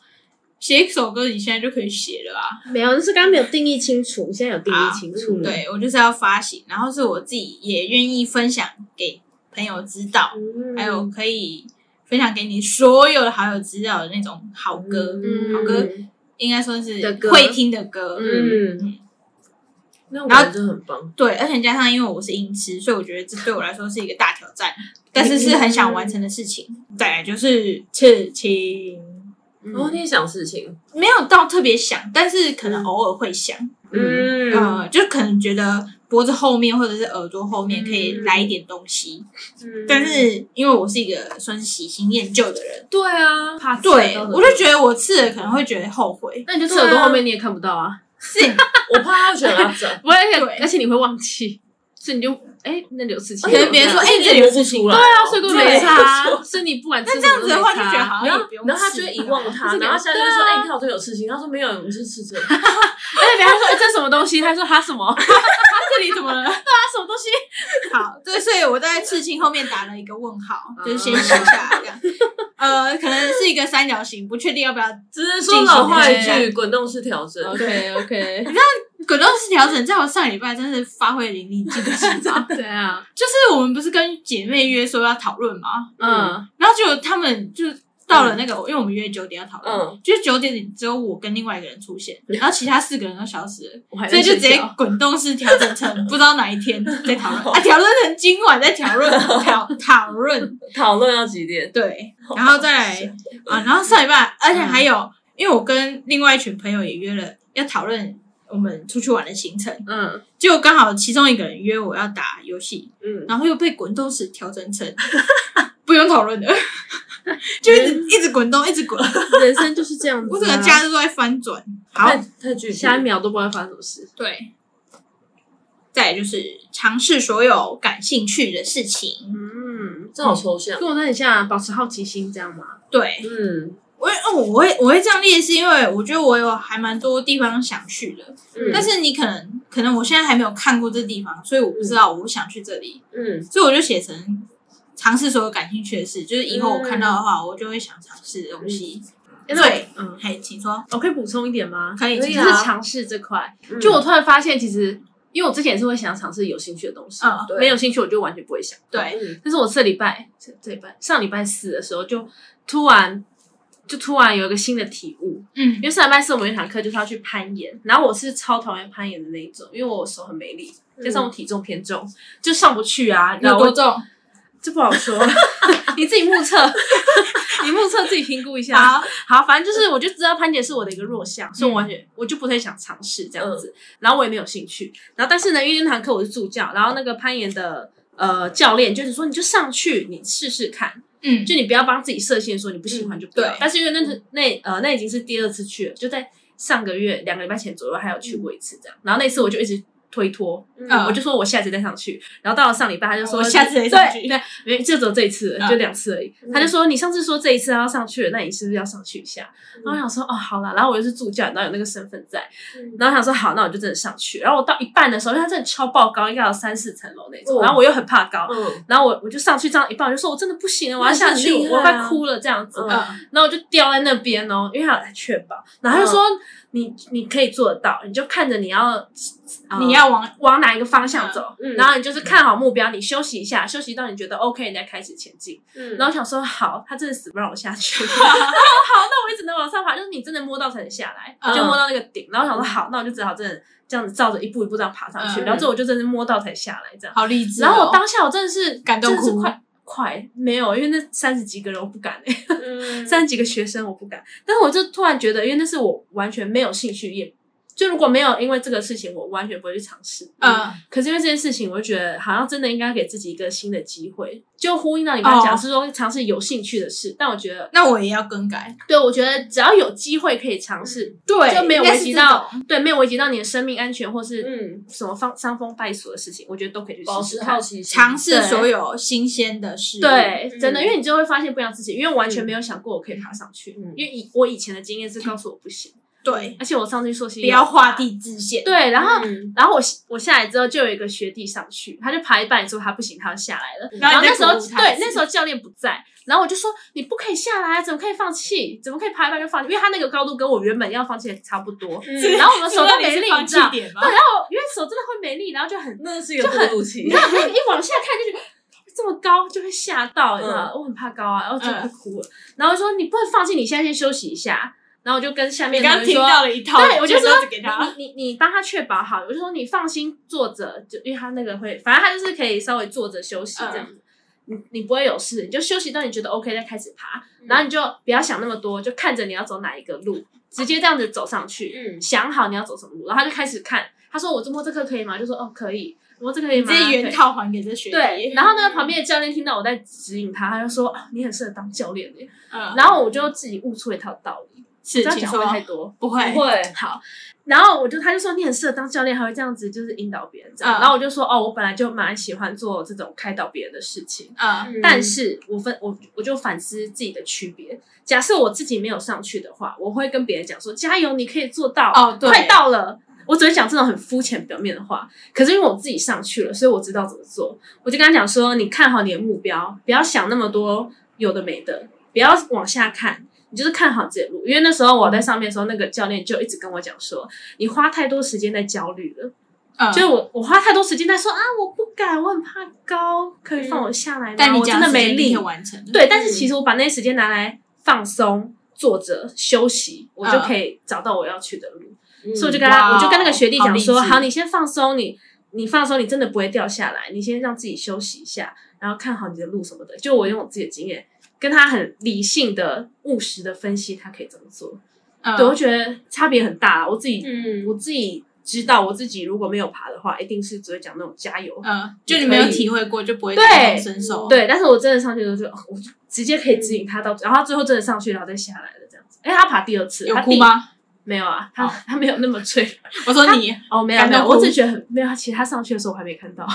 Speaker 4: 写一首歌你现在就可以写了啊。
Speaker 1: 没有，就是刚刚没有定义清楚，现在有定义清楚
Speaker 2: 嗯。
Speaker 3: 啊
Speaker 4: 对我就是要发行，然后是我自己也愿意分享给朋友知道，嗯
Speaker 2: 嗯
Speaker 4: 还有可以分享给你所有的好友知道的那种好歌，
Speaker 1: 嗯，
Speaker 4: 好歌应该说是
Speaker 1: 的歌
Speaker 4: 会听的歌。
Speaker 2: 嗯，那我觉得很棒。
Speaker 4: 对，而且加上因为我是音痴，所以我觉得这对我来说是一个大挑战，但是是很想完成的事情。再来就是刺青，
Speaker 3: 嗯
Speaker 2: 哦，你也想事情，
Speaker 4: 没有到特别想，但是可能偶尔会想，
Speaker 2: 嗯
Speaker 4: 呃，就可能觉得脖子后面或者是耳朵后面可以来一点东西。
Speaker 3: 嗯
Speaker 4: 但是因为我是一个算是喜新厌旧的人，
Speaker 2: 对啊，
Speaker 3: 怕
Speaker 4: 对我就觉得我刺了可能会觉得后悔，
Speaker 3: 那你就吃耳朵后面你也看不到啊，
Speaker 4: 是
Speaker 2: 我怕他选阿
Speaker 4: (laughs)
Speaker 2: 展，
Speaker 3: 不会，而
Speaker 4: 对
Speaker 3: 且而且你会忘记，所以你就哎那里有刺青，
Speaker 4: 可能别人说哎、这里有
Speaker 2: 摸
Speaker 4: 刺
Speaker 2: 不
Speaker 4: 青
Speaker 2: 出，来。哦
Speaker 3: 对啊，所以根本没
Speaker 4: 对
Speaker 3: 差，所以你不管吃
Speaker 4: 那这样子的话就
Speaker 3: 啊
Speaker 4: 觉得好像
Speaker 2: 然
Speaker 4: 也
Speaker 2: 后
Speaker 4: 不用，
Speaker 2: 然后他
Speaker 4: 刺
Speaker 2: 就会遗
Speaker 4: 了
Speaker 2: 忘
Speaker 3: (laughs)
Speaker 2: 他，
Speaker 3: 是
Speaker 2: 然后现在就说：“
Speaker 3: 对啊
Speaker 2: 哎，你看我这里有事情。”他说：“没有，我们是吃这个。
Speaker 3: (laughs) 而且别人说哎这什么东西，他说他什
Speaker 4: (laughs)
Speaker 3: 么，他
Speaker 4: 这里怎么了？
Speaker 3: 什么东西，
Speaker 4: (laughs) 好，对，所以我在刺青后面打了一个问号，就是先写下来这样。呃，可能是一个三角形，不确定要不要”
Speaker 2: 只能说老话一句：“ (laughs) 滚动式调整。
Speaker 3: OK OK，
Speaker 4: 滚动式调整。在我上礼拜真是发挥淋漓尽 (laughs) 致啊！
Speaker 3: (laughs) 对啊，
Speaker 4: 就是我们不是跟姐妹约说要讨论吗？
Speaker 3: 嗯，
Speaker 4: 然后就他们就到了那个，因为我们约九点要讨”论，
Speaker 2: (laughs) 嗯，
Speaker 4: 就是九点只有我跟另外一个人出现，然后其他四个人都消失了。
Speaker 3: 我还
Speaker 4: 所
Speaker 3: 在
Speaker 4: 以就
Speaker 3: 睡
Speaker 4: 直接
Speaker 3: 觉，
Speaker 4: 滚动式调整成不知道哪一天再讨论啊，讨论成今晚再讨论讨讨论，
Speaker 2: 讨论要几点？
Speaker 4: 对，然后再来啊，然后上礼拜，而且还有，因为我跟另外一群朋友也约了要讨论我们出去玩的行程，
Speaker 3: 嗯，
Speaker 4: 结果刚好其中一个人约我要打游戏，
Speaker 2: 嗯，
Speaker 4: 然后又被滚动式调整成 (laughs) 不用讨论的， (laughs) 就一直一直滚动，一直滚，
Speaker 1: 人生就是这样子啊。
Speaker 4: 我
Speaker 3: 嗯
Speaker 4: 整个家都在翻转。好
Speaker 2: 太，太具体了。
Speaker 3: 下一秒都不知道发生什么事，
Speaker 4: 对，再来就是尝试所有感兴趣的事情。
Speaker 3: 嗯，
Speaker 2: 这好抽象。
Speaker 3: 跟我那很像啊，保持好奇心这样嘛，
Speaker 4: 对，
Speaker 2: 嗯
Speaker 4: 我哦我会我会这样列，是因为我觉得我有还蛮多地方想去的，
Speaker 2: 嗯
Speaker 4: 但是你可能可能我现在还没有看过这地方，所以我不知道我想去这里，
Speaker 2: 嗯
Speaker 4: 所以我就写成尝试所有感兴趣的事，就是以后我看到的话，我就会想尝试的东西。
Speaker 3: 哎那我
Speaker 4: 对，
Speaker 3: 嗯，
Speaker 4: 嘿，请说，
Speaker 3: 我可以补充一点吗？
Speaker 4: 可以，
Speaker 2: 可
Speaker 4: 请
Speaker 2: 以
Speaker 3: 就
Speaker 4: 说
Speaker 2: 啊
Speaker 3: 是尝试这块，
Speaker 2: 嗯
Speaker 3: 就我突然发现，其实因为我之前也是会想尝试有兴趣的东西，
Speaker 4: 嗯
Speaker 2: 对
Speaker 3: 没有兴趣我就完全不会想。
Speaker 4: 对，
Speaker 2: 嗯
Speaker 3: 但是我这礼拜这这礼拜上礼拜四的时候，就突然就突然有一个新的体悟，因
Speaker 4: 嗯
Speaker 3: 为上礼拜四我们有一堂课就是要去攀岩，然后我是超讨厌攀岩的那一种，因为我手很没力，加上我体重偏重，就上不去啊。然后我
Speaker 4: 重？
Speaker 3: 这不好说，你自己目测， (laughs) 你目测自己评估一下。
Speaker 4: 好，
Speaker 3: 好，反正就是我就知道攀岩是我的一个弱项，所以我完全我就不太想尝试这样子，然后我也没有兴趣。然后但是呢，因为那堂课我是助教，然后那个攀岩的呃教练就是说你就上去你试试看，
Speaker 4: 嗯，
Speaker 3: 就你不要帮自己设限，说你不喜欢就不要。
Speaker 4: 对
Speaker 3: 但是因为那是那呃那已经是第二次去了，就在上个月两个礼拜前左右还有去过一次这样，然后那次我就一直推脱，
Speaker 4: 嗯
Speaker 3: 我就说我下次再上去，然后到了上礼拜他就说
Speaker 4: 我
Speaker 3: 下
Speaker 4: 下次再上去
Speaker 3: 对对，因为就只有这一次，
Speaker 4: 嗯
Speaker 3: 就两次而已。他就说你上次说这一次要上去了，那你是不是要上去一下？
Speaker 4: 嗯
Speaker 3: 然后我想说哦好啦，然后我又是助教，然后有那个身份在，
Speaker 2: 嗯
Speaker 3: (laughs) 然后想说好，那我就真的上去。然后我到一半的时候，因为它真的超爆高，应该有三四层楼那种，
Speaker 2: 哦
Speaker 3: 然后我又很怕高。
Speaker 2: 嗯
Speaker 3: 然后我我就上去这样一半，我就说我真的不行了，我要下去，
Speaker 2: 那你很厉害
Speaker 3: 我
Speaker 2: 啊
Speaker 3: 快哭了这样子。
Speaker 2: 嗯
Speaker 3: 然后我就掉在那边哦，因为他有来确保，然后他就说、你你可以做得到，你就看着你要、呃
Speaker 4: 嗯你要往
Speaker 3: 往哪一个方向走，
Speaker 2: 哦嗯
Speaker 3: 然后你就是看好目标，你休息一下，休息到你觉得 OK，你再开始前进。
Speaker 2: 嗯
Speaker 3: 然后我想说，好，他真的死不让我下
Speaker 2: (laughs)
Speaker 3: 去，然后好，那我也只能往上爬，就是你真的摸到才能下来，
Speaker 4: 嗯
Speaker 3: 就摸到那个顶。然后我想说，好，那我就只好真的这样子照着一步一步这样爬上去，
Speaker 4: 嗯
Speaker 3: 然后最后我就真的摸到才下来这样。
Speaker 4: 好励志哦、
Speaker 3: 然后我当下我真的是
Speaker 4: 感动
Speaker 3: 真的是
Speaker 4: 哭
Speaker 3: 快快没有，因为那三十几个人我不敢 (laughs) 哎、
Speaker 2: 嗯
Speaker 3: 三十几个学生我不敢，但是我就突然觉得，因为那是我完全没有兴趣，也就如果没有因为这个事情，我完全不会去尝试。
Speaker 4: 嗯
Speaker 3: 可是因为这件事情，我就觉得好像真的应该给自己一个新的机会，就呼应到你刚才讲
Speaker 4: 哦
Speaker 3: 是说尝试有兴趣的事，但我觉得，
Speaker 4: 那我也要更改，
Speaker 3: 对我觉得只要有机会可以尝试，
Speaker 4: 嗯对
Speaker 3: 就没有
Speaker 4: 应该
Speaker 3: 危
Speaker 4: 是
Speaker 3: 及
Speaker 4: 这
Speaker 3: 到
Speaker 4: 种
Speaker 3: 对没有危及到你的生命安全或是
Speaker 2: 嗯，
Speaker 3: 什么伤伤风败俗的事情，我觉得都可以去
Speaker 2: 保
Speaker 3: 试
Speaker 2: 持
Speaker 3: 试
Speaker 2: 好
Speaker 3: 看。
Speaker 2: 奇心，
Speaker 4: 尝试
Speaker 3: 对
Speaker 4: 所有新鲜的事物。
Speaker 3: 对，真的，
Speaker 2: 嗯
Speaker 3: 因为你就会发现不一样自己，因为完全
Speaker 2: 嗯
Speaker 3: 没有想过我可以爬上去，
Speaker 2: 嗯
Speaker 3: 因为以我以前的经验是告诉我不行，
Speaker 4: 对，
Speaker 3: 而且我上次说是
Speaker 4: 不要画，地自限。
Speaker 3: 对，然后。
Speaker 2: 嗯
Speaker 3: 然后我我下来之后，就有一个学弟上去，他就爬一半，说他不行，他要下来
Speaker 2: 嗯
Speaker 3: 了。
Speaker 4: 然
Speaker 3: 然
Speaker 4: 后
Speaker 3: 后
Speaker 4: 你
Speaker 3: 那
Speaker 4: 再
Speaker 3: 时候
Speaker 4: 鼓舞他
Speaker 3: 对
Speaker 4: 一次
Speaker 3: 那时候教练不在，然后我就说你不可以下来啊，怎么可以放弃？怎么可以爬一半就放弃？因为他那个高度跟我原本要放弃的差不多，
Speaker 2: 嗯
Speaker 3: 然后我们手
Speaker 4: 请
Speaker 3: 都
Speaker 4: 问
Speaker 3: 没
Speaker 4: 你
Speaker 3: 力，
Speaker 4: 是放
Speaker 3: 你知道
Speaker 4: 弃？点吗
Speaker 3: 对，？然后因为手真的会没力，然后就很，
Speaker 2: 那是一个过渡
Speaker 4: (laughs)
Speaker 2: 期
Speaker 3: 你知，道一一往下看就觉得。这么高就会吓到，你知
Speaker 4: 嗯
Speaker 3: 道吗？我很怕高啊，然后就快哭了。然后说你不能放弃，你现在先休息一下。然后我就跟下
Speaker 4: 你
Speaker 3: 面的
Speaker 4: 刚
Speaker 3: 人
Speaker 4: 刚听
Speaker 3: 说，
Speaker 4: 到了一套，
Speaker 3: 对，我就
Speaker 4: 这
Speaker 3: 说
Speaker 4: 样子给他，
Speaker 3: 你你你帮他确保好，我就说你放心坐着，就因为他那个会，反正他就是可以稍微坐着休息这
Speaker 4: 嗯
Speaker 3: 样子。你你不会有事，你就休息到你觉得 OK 再开始爬，
Speaker 4: 嗯
Speaker 3: 然后你就不要想那么多，就看着你要走哪一个路，直接这样子走上去，
Speaker 2: 嗯
Speaker 3: 想好你要走什么路，然后他就开始看，他说我这摸这颗可以吗？就说哦可以，摸这个可以
Speaker 4: 你
Speaker 3: 吗？
Speaker 4: 直接
Speaker 3: 可
Speaker 4: 原
Speaker 3: 以
Speaker 4: 套还给这学
Speaker 3: 嗯对，
Speaker 4: 弟。
Speaker 3: 然后呢，旁边的教练听到我在指引他，他就说啊你很适合当教练耶，
Speaker 4: 嗯，
Speaker 3: 然后我就自己悟出一套道理，
Speaker 4: 是
Speaker 3: 这样
Speaker 4: 请
Speaker 3: 讲会不会太
Speaker 4: 说，
Speaker 3: 多。
Speaker 4: 不会
Speaker 2: 不会，
Speaker 3: 好，然后我就他就说你很适合当教练，还会这样子就是引导别人这样。
Speaker 4: 嗯
Speaker 3: 然后我就说哦，我本来就蛮喜欢做这种开导别人的事情，
Speaker 4: 嗯，
Speaker 3: 但是我分我我就反思自己的区别。假设我自己没有上去的话，我会跟别人讲说加油，你可以做到，
Speaker 4: 哦对
Speaker 3: 快到了。我只会讲这种很肤浅表面的话，可是因为我自己上去了，所以我知道怎么做。我就跟他讲说，你看好你的目标，不要想那么多有的没的，不要往下看，你就是看好自己的路。因为那时候我在上面的时候，那个教练就一直跟我讲说，你花太多时间在焦虑了。
Speaker 4: 嗯
Speaker 3: 就是我我花太多时间在说啊，我不敢，我很怕高，可以放我下来吗？
Speaker 4: 但你
Speaker 3: 我真
Speaker 4: 讲
Speaker 3: 的没力。
Speaker 4: 完成了，
Speaker 3: 对，但是其实我把那些时间拿来放松、坐着休息，我就
Speaker 4: 嗯
Speaker 3: 可以找到我要去的路。所以我就
Speaker 2: 就
Speaker 3: 跟他，
Speaker 4: 哇
Speaker 3: 我就跟那个学弟
Speaker 4: 好
Speaker 3: 讲
Speaker 4: 励
Speaker 3: 说，
Speaker 4: 志
Speaker 3: 好，你先放松，你你放松，你真的不会掉下来，你先让自己休息一下，然后看好你的路什么的。就我用我自己的经验，跟他很理性的、务实的分析他可以怎么做。
Speaker 4: 嗯
Speaker 3: 对，我觉得差别很大啦，我自己
Speaker 2: 嗯
Speaker 3: 我自己知道，我自己如果没有爬的话，一定是只会讲那种加油。
Speaker 4: 嗯，就你没有体会过，就不会
Speaker 3: 对
Speaker 4: 感同身受。
Speaker 3: 对，但是我真的上去的时候就，哦我就直接可以指引他到，然后他最后真的上去，然后再下来了这样子。哎，他爬第二次，
Speaker 4: 有
Speaker 3: 他
Speaker 4: 哭
Speaker 3: 第？
Speaker 4: 吗？
Speaker 3: 没有啊，他
Speaker 4: 哦
Speaker 3: 他没有那么脆。
Speaker 4: 我说你，嗯
Speaker 3: 哦，没有
Speaker 4: 感
Speaker 3: 没
Speaker 4: 动
Speaker 3: 有，我
Speaker 4: 哭
Speaker 3: 只是觉得很没有。他其实他上去的时候我还没看到， (laughs) 我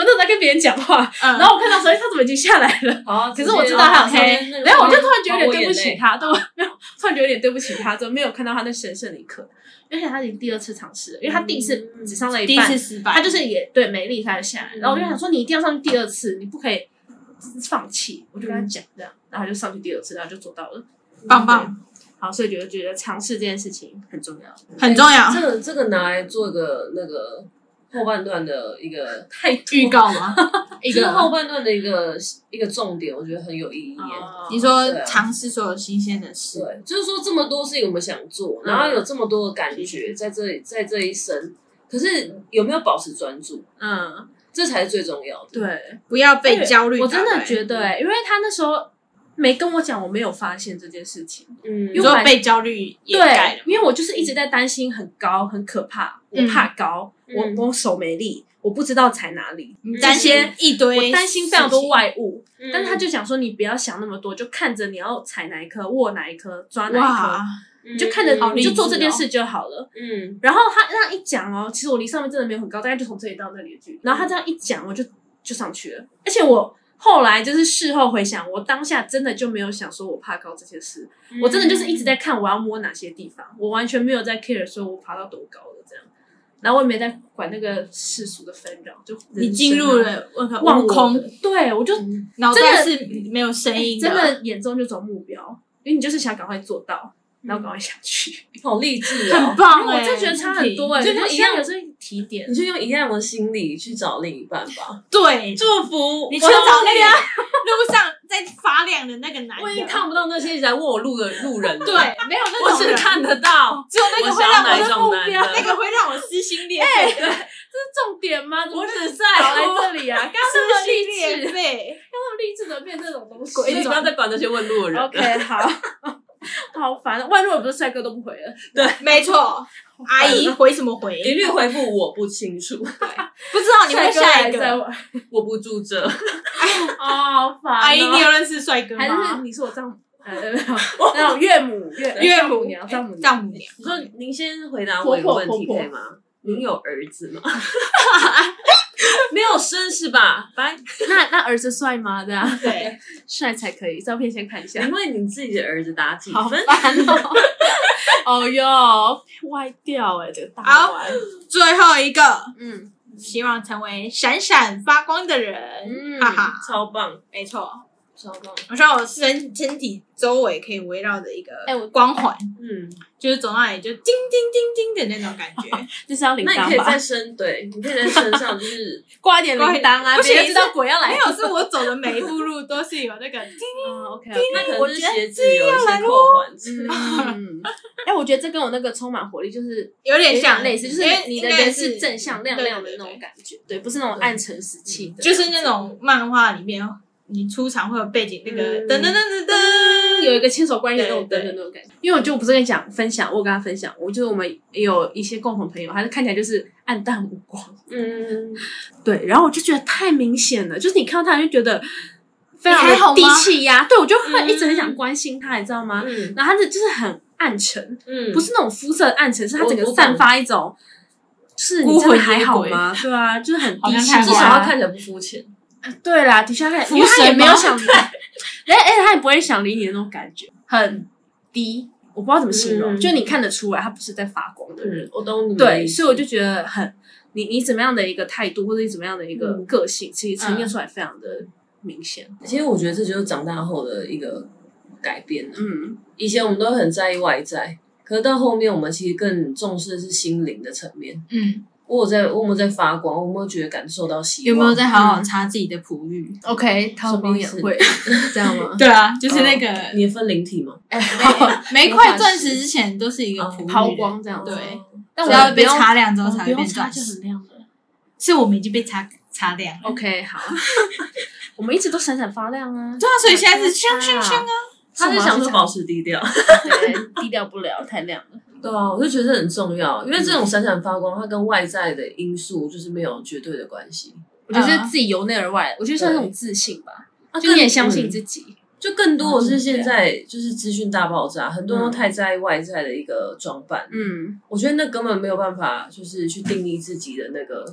Speaker 3: 那时候在跟别人讲话，
Speaker 4: 嗯，啊
Speaker 3: 然后我看到时候哎他怎么已经下来了？
Speaker 2: 嗯好，
Speaker 3: 可是我知道他有
Speaker 2: 直接
Speaker 3: 黑，
Speaker 2: 那个
Speaker 3: 然后我就突然觉得有
Speaker 2: 抹
Speaker 3: 点对不起
Speaker 2: 眼泪
Speaker 3: 他，对我没有，突然觉得有点对不起他，怎么没有看到他那神圣的一刻？而且他已经第二次尝试了，因为他第一次
Speaker 2: 嗯
Speaker 3: 只上了
Speaker 4: 第
Speaker 3: 一
Speaker 4: 一
Speaker 3: 半，
Speaker 4: 次失败，
Speaker 3: 他就是也对没力开始下来，然
Speaker 4: 嗯
Speaker 3: 后我就想说你一定要上去第二次，你不可以放弃，我就
Speaker 4: 嗯
Speaker 3: 跟他讲这样，然后他就上去第二次，然后就做到了，
Speaker 4: 棒
Speaker 2: 嗯
Speaker 4: 棒，
Speaker 3: 好，所以觉得觉得尝试这件事情很重要，
Speaker 4: 很重要
Speaker 2: 这。个这个拿来做一个那个后半段的一个
Speaker 3: 太
Speaker 4: 预告
Speaker 3: (laughs)
Speaker 4: 吗？
Speaker 3: 一
Speaker 2: 就是
Speaker 3: 个啊嗯
Speaker 2: 后半段的一个一个重点，我觉得很有意义耶。
Speaker 4: 你
Speaker 2: 对
Speaker 4: 说
Speaker 2: 啊
Speaker 4: 尝试所有新鲜的事，
Speaker 2: 对，就是说这么多事情我们想做，
Speaker 3: 嗯
Speaker 2: 然后有这么多的感觉在这里，在这一生，可是有没有保持专注，
Speaker 3: 嗯，
Speaker 2: 这才是最重要的。
Speaker 3: 对，
Speaker 4: 不要被焦虑打
Speaker 3: 我
Speaker 4: 败。嗯
Speaker 3: 真的觉得、欸，因为他那时候没跟我讲，我没有发现这件事情，
Speaker 2: 嗯
Speaker 4: 你
Speaker 3: 因为我
Speaker 4: 说被焦虑掩盖
Speaker 3: 对
Speaker 4: 了，，
Speaker 3: 因为我就是一直在担心很高很可怕，我
Speaker 4: 嗯
Speaker 3: 怕高，
Speaker 2: 嗯
Speaker 3: 我我手没力，我不知道踩哪里，
Speaker 4: 你
Speaker 3: 这
Speaker 4: 担
Speaker 3: 些
Speaker 4: 心一堆，
Speaker 3: 我嗯担心非常多。外物，但是他
Speaker 2: 就
Speaker 3: 就讲说，你不要想那么多，就看着你要踩哪一颗，握哪一颗，抓哪一颗
Speaker 4: 哇，，
Speaker 2: 你
Speaker 3: 你就看着
Speaker 4: 好，
Speaker 3: 你
Speaker 4: 励
Speaker 3: 就
Speaker 4: 志
Speaker 3: 做这件
Speaker 4: 哦
Speaker 3: 事就好了。
Speaker 2: 嗯
Speaker 3: 然后他那样一讲哦，其实我离上面真的没有很高，大概就从这里到那里的距离。然后他这样一讲，我就就上去了。而且我后来就是事后回想，我当下真的就没有想说我怕高这件事，我真的就是一直在看我要摸哪些地方，我完全没有在 care 说我爬到多高了这样。然后我也没在管那个世俗的纷扰，就
Speaker 4: 你进入
Speaker 3: 啊
Speaker 4: 了
Speaker 3: 望
Speaker 4: 望空，，
Speaker 3: 对我就
Speaker 4: 脑
Speaker 2: 嗯
Speaker 3: 真
Speaker 4: 袋
Speaker 3: 的
Speaker 4: 是没有声音
Speaker 3: 哎真的眼中就走目标，因为你就是想赶快做到。然后赶快下去，
Speaker 2: 好励志
Speaker 4: 很
Speaker 2: 哦！
Speaker 4: 棒
Speaker 3: 我
Speaker 4: 哎、
Speaker 3: 真的觉得差很多哎、
Speaker 2: 就
Speaker 3: 欸，
Speaker 2: 跟
Speaker 3: 一
Speaker 2: 一
Speaker 3: 样
Speaker 2: 样
Speaker 3: 有这个提
Speaker 2: (laughs)
Speaker 3: 点
Speaker 2: 你，就用一样的心理去找另一半吧。
Speaker 4: 对，
Speaker 3: 祝福
Speaker 4: 你去
Speaker 3: 我
Speaker 4: 找
Speaker 3: 都
Speaker 4: 那个 (laughs) 路上在发亮的那个男
Speaker 2: 我已经
Speaker 4: 人，
Speaker 2: 看不到那些一直来问我路的路人了，
Speaker 3: (laughs)
Speaker 4: 对，没有 (laughs) 那
Speaker 2: 我
Speaker 4: 种
Speaker 2: 只
Speaker 4: 人，
Speaker 2: 看得到。
Speaker 4: 只有那个
Speaker 2: 我
Speaker 4: 会
Speaker 2: 想要
Speaker 4: 让
Speaker 2: 哪
Speaker 4: 我
Speaker 2: 一
Speaker 4: 的
Speaker 2: 种
Speaker 4: 目
Speaker 2: 男
Speaker 4: 标，
Speaker 2: 的
Speaker 4: 那个会让我撕心裂
Speaker 3: 哎
Speaker 4: 肺，
Speaker 3: 重点吗？怎么
Speaker 2: 我
Speaker 3: 会
Speaker 2: 只是
Speaker 3: 搞来这 (laughs) 里啊？刚刚那
Speaker 4: 撕
Speaker 3: 么励
Speaker 4: 心裂
Speaker 3: 志，
Speaker 4: 肺。
Speaker 3: 刚那么励志的变这种东西，
Speaker 2: 所以不要再管那些问路的人了。
Speaker 3: OK，好， (laughs) 好烦。啊万若不是帅哥都不回了，
Speaker 4: 没错，阿
Speaker 3: (laughs)
Speaker 4: 姨回什么回？
Speaker 2: 一律回复我不清楚，
Speaker 4: 不知道你
Speaker 3: 帅
Speaker 4: 会
Speaker 3: 哥
Speaker 4: 下
Speaker 3: 还
Speaker 4: 一
Speaker 3: 在
Speaker 4: 个。
Speaker 3: 玩，
Speaker 2: 我不住这，
Speaker 3: (laughs) 哦，好烦哦。
Speaker 4: 阿姨，你有认识帅哥
Speaker 3: 还是
Speaker 4: 吗？
Speaker 3: 你是我丈 (laughs) 夫？呃，没有 (laughs) 那种岳母、岳
Speaker 4: 岳
Speaker 3: 母
Speaker 4: 母
Speaker 3: 娘、丈母娘。
Speaker 4: 哎丈母娘，
Speaker 2: 你说您先回答我一个
Speaker 3: 婆婆
Speaker 2: 问题
Speaker 3: 婆婆
Speaker 2: 可以吗？您有儿子吗？ (laughs) 没有生是吧？拜。
Speaker 3: 那那儿子帅吗？这样 (laughs)
Speaker 4: (laughs) 对，
Speaker 3: 帅才可以，照片先看一下
Speaker 2: 你。为你自己的儿子打几
Speaker 4: 好
Speaker 2: 分？
Speaker 4: 烦哦。
Speaker 3: 哦哟，歪掉哎，这个大
Speaker 4: 好
Speaker 3: 歪。
Speaker 4: 最后一个，
Speaker 3: 嗯
Speaker 4: 希望成为闪闪发光的人，
Speaker 3: 嗯
Speaker 4: 哈，哈，
Speaker 2: 超棒，
Speaker 4: 没错。
Speaker 2: 超棒。
Speaker 4: 我希望我身身体周围可以围绕着一个
Speaker 3: 哎我
Speaker 4: 光环，
Speaker 2: 嗯，
Speaker 4: 就是走到哪里就叮叮叮叮的那种感
Speaker 3: (laughs)
Speaker 4: 觉。
Speaker 3: 就是要铃
Speaker 2: 那你可以
Speaker 3: 铛吧
Speaker 2: 在，身对，你可以在身上就是
Speaker 3: 挂一点铃铛啊，
Speaker 4: 不行
Speaker 3: 别人知道鬼要来
Speaker 4: 没。有，是我走的每一步路都是有那个叮。
Speaker 3: 嗯，OK。
Speaker 2: 那可
Speaker 4: 我
Speaker 2: 能是
Speaker 4: 觉得
Speaker 2: 鞋子有一些扣环之类的。
Speaker 3: 嗯，哎，我觉得这跟我那个充满活力就是
Speaker 4: 有点像
Speaker 3: 类似，就
Speaker 4: 因为
Speaker 3: 是你的
Speaker 4: 应该
Speaker 3: 人是正向亮亮的
Speaker 4: 对对
Speaker 3: 那种
Speaker 4: 对
Speaker 3: 感觉，对，不是那种暗沉死气的，
Speaker 4: 就是那种漫画里面你出场会有背景那个
Speaker 3: 嗯
Speaker 4: 噔噔噔噔噔，
Speaker 3: 有一个千手观音的那种
Speaker 4: 对
Speaker 3: 灯
Speaker 4: 对
Speaker 3: 的那种感觉。因为我就不是跟你讲分享，我跟他分享，我就是我们也有一些共同朋友，他是看起来就是暗淡无光，
Speaker 2: 嗯，
Speaker 3: 对，然后我就觉得太明显了，就是你看到他就觉得非常
Speaker 4: 你还好
Speaker 3: 的
Speaker 4: 吗嗯
Speaker 3: 低气压，对我就会一直很想关心他，你知道吗？
Speaker 2: 嗯
Speaker 3: 然后他的就是很暗沉，
Speaker 2: 嗯，
Speaker 3: 不是那种肤色的暗沉，是他
Speaker 2: 我
Speaker 3: 整个
Speaker 2: 我懂
Speaker 3: 散发一种。就是你
Speaker 4: 孤
Speaker 3: 真的
Speaker 4: 魂
Speaker 3: 还
Speaker 4: 野
Speaker 3: 好
Speaker 4: 鬼 (laughs)
Speaker 3: 吗？对啊，就是很
Speaker 4: 好
Speaker 3: 低
Speaker 4: 像
Speaker 3: 气
Speaker 4: 看
Speaker 3: 压，
Speaker 2: 至
Speaker 4: 过
Speaker 2: 少要看起来不肤浅。
Speaker 3: 对啦，的确他，
Speaker 4: 浮
Speaker 3: 因为他
Speaker 4: 神
Speaker 3: 也没有
Speaker 4: 吗
Speaker 3: 想理，而而且他也不会想理你的那种感觉，很低，我不知道怎么形容，
Speaker 2: 嗯
Speaker 3: 就你看得出来他不是在发光的人。
Speaker 2: 嗯，我懂你的
Speaker 3: 对，
Speaker 2: 意思。
Speaker 3: 所以我就觉得很，你你怎么样的一个态度，或者你怎么样的一个
Speaker 2: 嗯
Speaker 3: 个性，其实呈现出来非常的明显。
Speaker 2: 其实我觉得这就是长大后的一个改变啊
Speaker 3: 嗯，
Speaker 2: 以前我们都很在意外在，可是到后面我们其实更重视的是心灵的层面。
Speaker 4: 嗯，
Speaker 2: 我有在，我有没有在发光？我有没有觉得感受到希望？
Speaker 4: 有没有在好好擦自己的璞玉？
Speaker 3: OK，
Speaker 2: 什
Speaker 3: 韬
Speaker 2: 么
Speaker 3: 光
Speaker 2: 意
Speaker 3: 养
Speaker 2: 思
Speaker 3: (laughs) 晦，这样吗？
Speaker 4: 对啊，就是那个 (laughs)
Speaker 2: 你的分灵体吗？
Speaker 3: (laughs) 哎，
Speaker 4: 每一块钻石之前都是一个璞玉，嗯
Speaker 3: 抛，光这样子。
Speaker 4: 哦对，
Speaker 3: 但
Speaker 4: 只
Speaker 3: 我
Speaker 4: 要
Speaker 3: 不
Speaker 4: 被
Speaker 3: 用，
Speaker 4: 擦亮之
Speaker 3: 我
Speaker 4: 后
Speaker 3: 们
Speaker 4: 才
Speaker 3: 不
Speaker 4: 会
Speaker 3: 用
Speaker 4: 变
Speaker 3: 擦
Speaker 4: 钻
Speaker 3: 就很
Speaker 4: 石。
Speaker 3: 亮了。
Speaker 4: 是我们已经被擦擦亮了。
Speaker 3: OK，好， (laughs) 我们一直都闪闪发亮 (laughs) 啊。
Speaker 4: 对啊，所以现在是香香香啊！
Speaker 2: 他是想
Speaker 3: 是
Speaker 2: 说
Speaker 3: 吗
Speaker 2: 保持低调。
Speaker 3: 对，低调不了，太亮了。
Speaker 2: 对啊，我就觉得这很重要，因为这种闪闪发光，它跟外在的因素就是没有绝对的关系。
Speaker 3: 我觉得
Speaker 4: 嗯
Speaker 3: 是自己由内而外，我觉得算是一种自信吧，就
Speaker 2: 更
Speaker 3: 你也相信自己。
Speaker 2: 就更多我是现在就是资讯大爆炸，很多人都太在意外在的一个装扮，
Speaker 3: 嗯，
Speaker 2: 我觉得那根本没有办法，就是去定义自己的那个